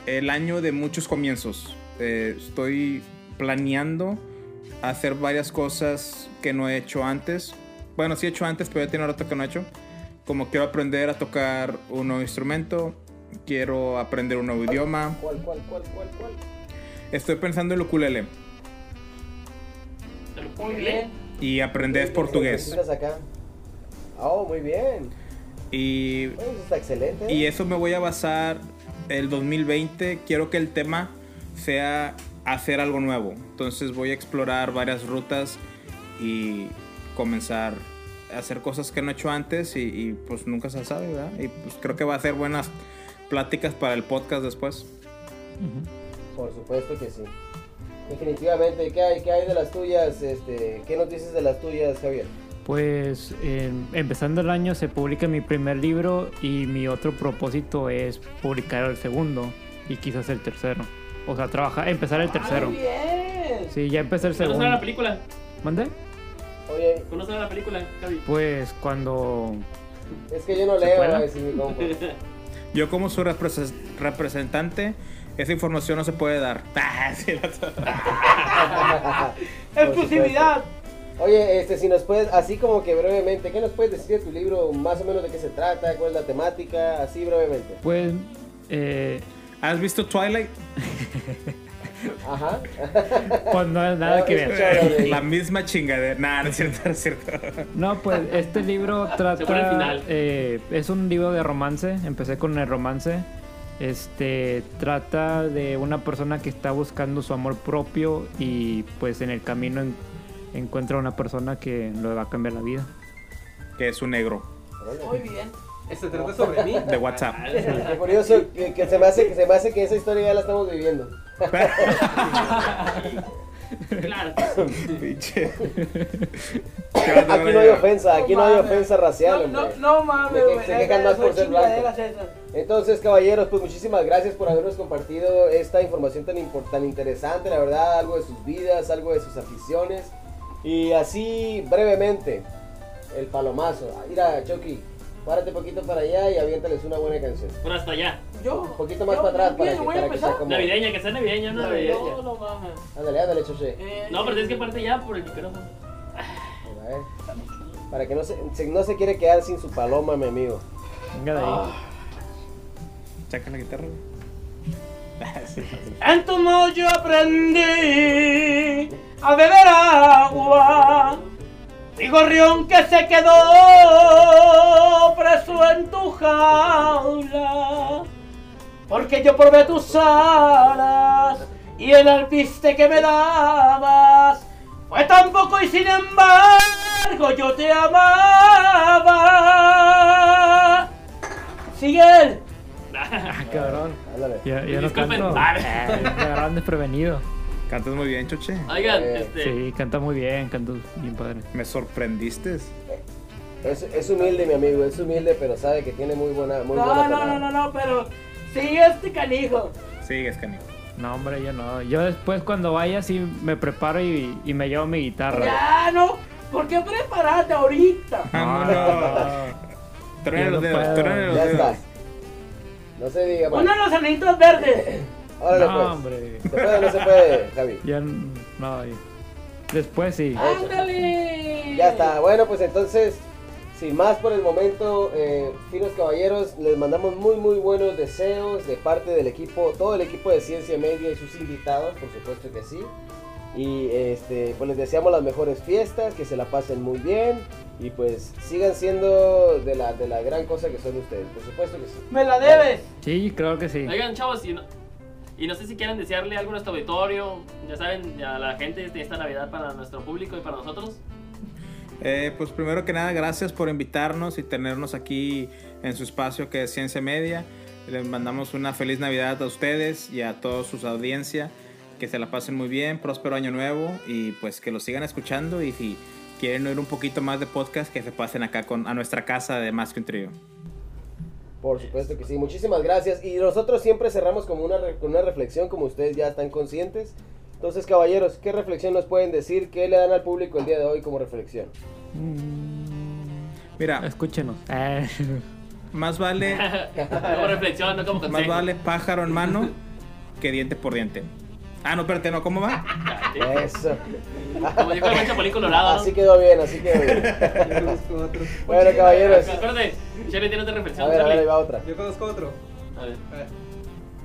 F: el año de muchos comienzos. Eh, estoy planeando hacer varias cosas que no he hecho antes. Bueno, sí he hecho antes, pero ya tiene rato que no he hecho. Como quiero aprender a tocar un nuevo instrumento, quiero aprender un nuevo idioma.
A: ¿Cuál, cuál, cuál, cuál, cuál?
F: Estoy pensando en el ukulele
B: Muy bien.
F: y aprender portugués.
A: ¿Qué acá? Oh, muy
G: (laughs)
A: bien.
F: Y
A: Bueno, Eso está excelente. ¿eh?
F: Y eso me voy a basar el 2020. Quiero que el tema sea hacer algo nuevo. Entonces voy a explorar varias rutas y comenzar a hacer cosas que no he hecho antes y, y, pues nunca se sabe, ¿verdad? Y pues creo que va a ser buenas pláticas para el podcast después.
A: Por supuesto que sí. Definitivamente, ¿qué hay, qué hay de las tuyas? Este, ¿Qué nos dices de las tuyas, Javier?
E: Pues eh, empezando el año se publica mi primer libro y mi otro propósito es publicar el segundo y quizás el tercero. O sea, trabajar, empezar el tercero.
D: Ah, Muy bien.
E: Sí, ya empecé el
B: ¿Cuándo sale la
E: segundo.
B: película?
E: ¿Mande?
A: Oye,
B: ¿Cuándo sale la película, Gaby?
E: Pues cuando...
A: es que yo no
E: ¿Se
A: leo,
E: puede?
A: a decir mi compa.
F: Yo como su repres- representante, esa información no se puede dar. (laughs) Ah, sí, la-
A: Por
D: Exclusividad.
A: supuesto. Oye, este, si nos puedes, así como que brevemente, ¿qué nos puedes decir de tu libro? Más o menos de qué se trata, cuál es la temática, así brevemente.
E: Pues... eh,
F: ¿Has visto Twilight?
A: Ajá.
E: pues no es
D: (laughs)
E: nada que
A: Pero
E: ver.
A: Twilight.
F: La misma chingadera. Nah, no es cierto, no es cierto. (laughs)
E: No, pues este libro trata.
B: Se pone el final.
E: eh, es un libro de romance. Empecé con el romance. Este trata de una persona que está buscando su amor propio y pues en el camino en- encuentra una persona que le va a cambiar la vida.
F: Que es un negro
D: Muy bien.
C: Se trata sobre mí.
F: de WhatsApp.
A: Qué curioso, que, que se me hace, que se me hace que esa historia ya la estamos viviendo.
B: Claro. que sí.
A: (laughs)
F: Pinche.
A: Aquí no hay ofensa, aquí no hay
D: mames.
A: ofensa racial,
D: No, no,
A: hombre.
D: no mames,
A: Se-
D: güey.
A: se quejan más
D: Son
A: por ser blanco.
D: chingaderas esas.
A: Entonces, caballeros, pues muchísimas gracias por habernos compartido esta información tan, impor- tan interesante, la verdad, algo de sus vidas, algo de sus aficiones. Y así, brevemente, el palomazo. Ah, Mira, Chucky, párate poquito para allá y aviéntales una buena canción.
B: Por hasta allá.
D: Yo.
A: Un poquito más
D: yo-
A: para atrás
D: yo
A: para
D: bien,
A: que,
D: voy a
A: para que sea
D: empezar.
A: como...
B: Navideña, que sea navideña, una
D: No,
B: navideña.
D: no mames.
A: Ándale, ándale, Choche.
D: Eh,
B: No, pero tienes que pararte ya por el micrófono.
A: A ver, eh. Para que no se, se- no se quiere quedar sin su paloma, mi amigo.
E: Venga de ahí.
A: Ah,
D: Ah.
F: Saca la guitarra.
A: (laughs) Ah,
D: En tu mano yo aprendí a beber
B: Ah.
D: agua y gorrión que se quedó preso en tu jaula. Porque yo probé tus alas y el alpiste que me dabas fue tan poco y sin embargo yo te amaba. Sigue.
E: Ah, cabrón.
A: Ándale.
E: Ya, ya no
B: Disculpen.
E: canto.
B: Ah.
E: Eh, Me agarraron desprevenido.
F: Cantas muy bien, Choche.
B: Oigan,
A: Eh,
B: este.
E: Sí, canta muy bien, canta bien padre.
F: Me sorprendiste.
A: Es, es humilde, mi amigo, es humilde, pero sabe que tiene muy buena, muy
D: No,
A: buena
D: no, no,
A: tonada.
D: no, no, pero sí este canijo.
F: Sigues, canijo.
E: No, hombre, yo no. Yo después cuando vaya sí me preparo y, y me llevo mi guitarra.
D: Ya, no. ¿Por qué prepararte ahorita?
E: No, no, no.
F: Truena
E: Yo
F: los
E: no
F: dedos,
E: puedo.
F: truena los
A: Ya
F: dedos.
A: estás. No se diga más.
D: Uno de los anillitos verdes.
A: Órale,
E: No,
A: pues.
E: hombre.
A: ¿Se puede o no se puede, Javi?
E: Ya n- no. y- Después sí.
D: Ándale.
A: Ya está. Bueno, pues entonces, Sin más por el momento, eh, finos caballeros, les mandamos muy muy buenos deseos de parte del equipo, todo el equipo de Ciencia Media y sus invitados, por supuesto que sí. Y este, pues les deseamos las mejores fiestas, que se la pasen muy bien y pues sigan siendo de la, de la gran cosa que son ustedes, por supuesto que sí.
D: ¡Me la debes!
E: Sí, claro que sí.
B: Oigan, chavos, y no, y no sé si quieren desearle algo a nuestro auditorio, ya saben, a la gente de esta Navidad para nuestro público y para nosotros.
F: Eh, pues primero que nada, gracias por invitarnos y tenernos aquí en su espacio que es Ciencia Media. Les mandamos una feliz Navidad a ustedes y a toda sus audiencia. Que se la pasen muy bien, próspero año nuevo y pues que lo sigan escuchando. Y si quieren oír un poquito más de podcast, que se pasen acá con, a nuestra casa de Más que un Trío.
A: Por supuesto que sí, muchísimas gracias. Y nosotros siempre cerramos con una, re- con una reflexión, como ustedes ya están conscientes. Entonces, caballeros, ¿qué reflexión nos pueden decir? ¿Qué le dan al público el día de hoy como reflexión?
F: Mira,
E: Mm, Escúchenos. (laughs) Eh,
F: más vale,
B: Como reflexión, no como consejo.
F: más vale pájaro en mano que diente por diente. Ah, no, espérate, no, ¿cómo va?
B: Ya, sí.
A: Eso.
B: Como dijo el buen Chapulín Colorado.
A: Así quedó bien, así quedó bien.
C: Yo conozco
F: (laughs)
C: otro.
A: Bueno,
B: Pero
A: caballeros.
B: Espérate, Charlie tiene otra
A: A
B: reflexión.
A: ver, a ver, ahí
B: Charlie.
A: va
C: (laughs)
A: otra.
C: Yo conozco otro.
B: A ver.
C: A ver,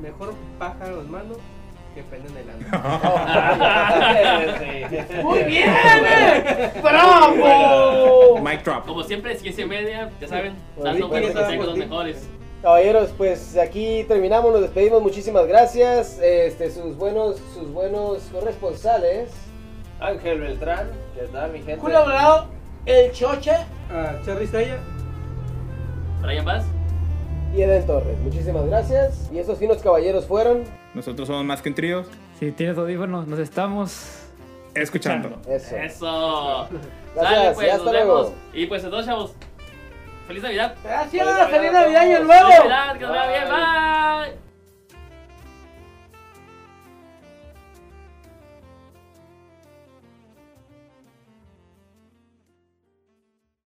C: Mejor pájaro en mano que pene en el
F: (laughs)
C: ano.
D: ¡Muy bien! eh! ¡Bravo!
F: Mic drop.
B: Como siempre, ciencia media, ya saben,
A: Pues sí,
B: dando buenos
A: pues,
B: consejos los
C: pues, sí.
B: mejores.
A: Caballeros, pues aquí terminamos, nos despedimos, muchísimas gracias. Este, sus buenos, sus buenos corresponsales.
G: Ángel Beltrán, ¿qué tal mi gente?
D: Julio Bravo, el choche.
C: Ah, Charly Stella.
B: Brian Paz.
A: Y Eden Torres, muchísimas gracias. Y esos finos caballeros fueron.
F: Nosotros somos Más que un Trío.
E: si tienes audífonos, nos estamos
F: Escuchando.
A: Eso.
B: Eso.
A: Gracias,
B: Sale, pues,
A: y hasta
B: nos vemos.
A: luego.
B: Y pues a todos, chavos. Feliz Navidad.
D: Gracias, feliz Navidad y el nuevo.
B: Feliz Navidad, que nos vea bien.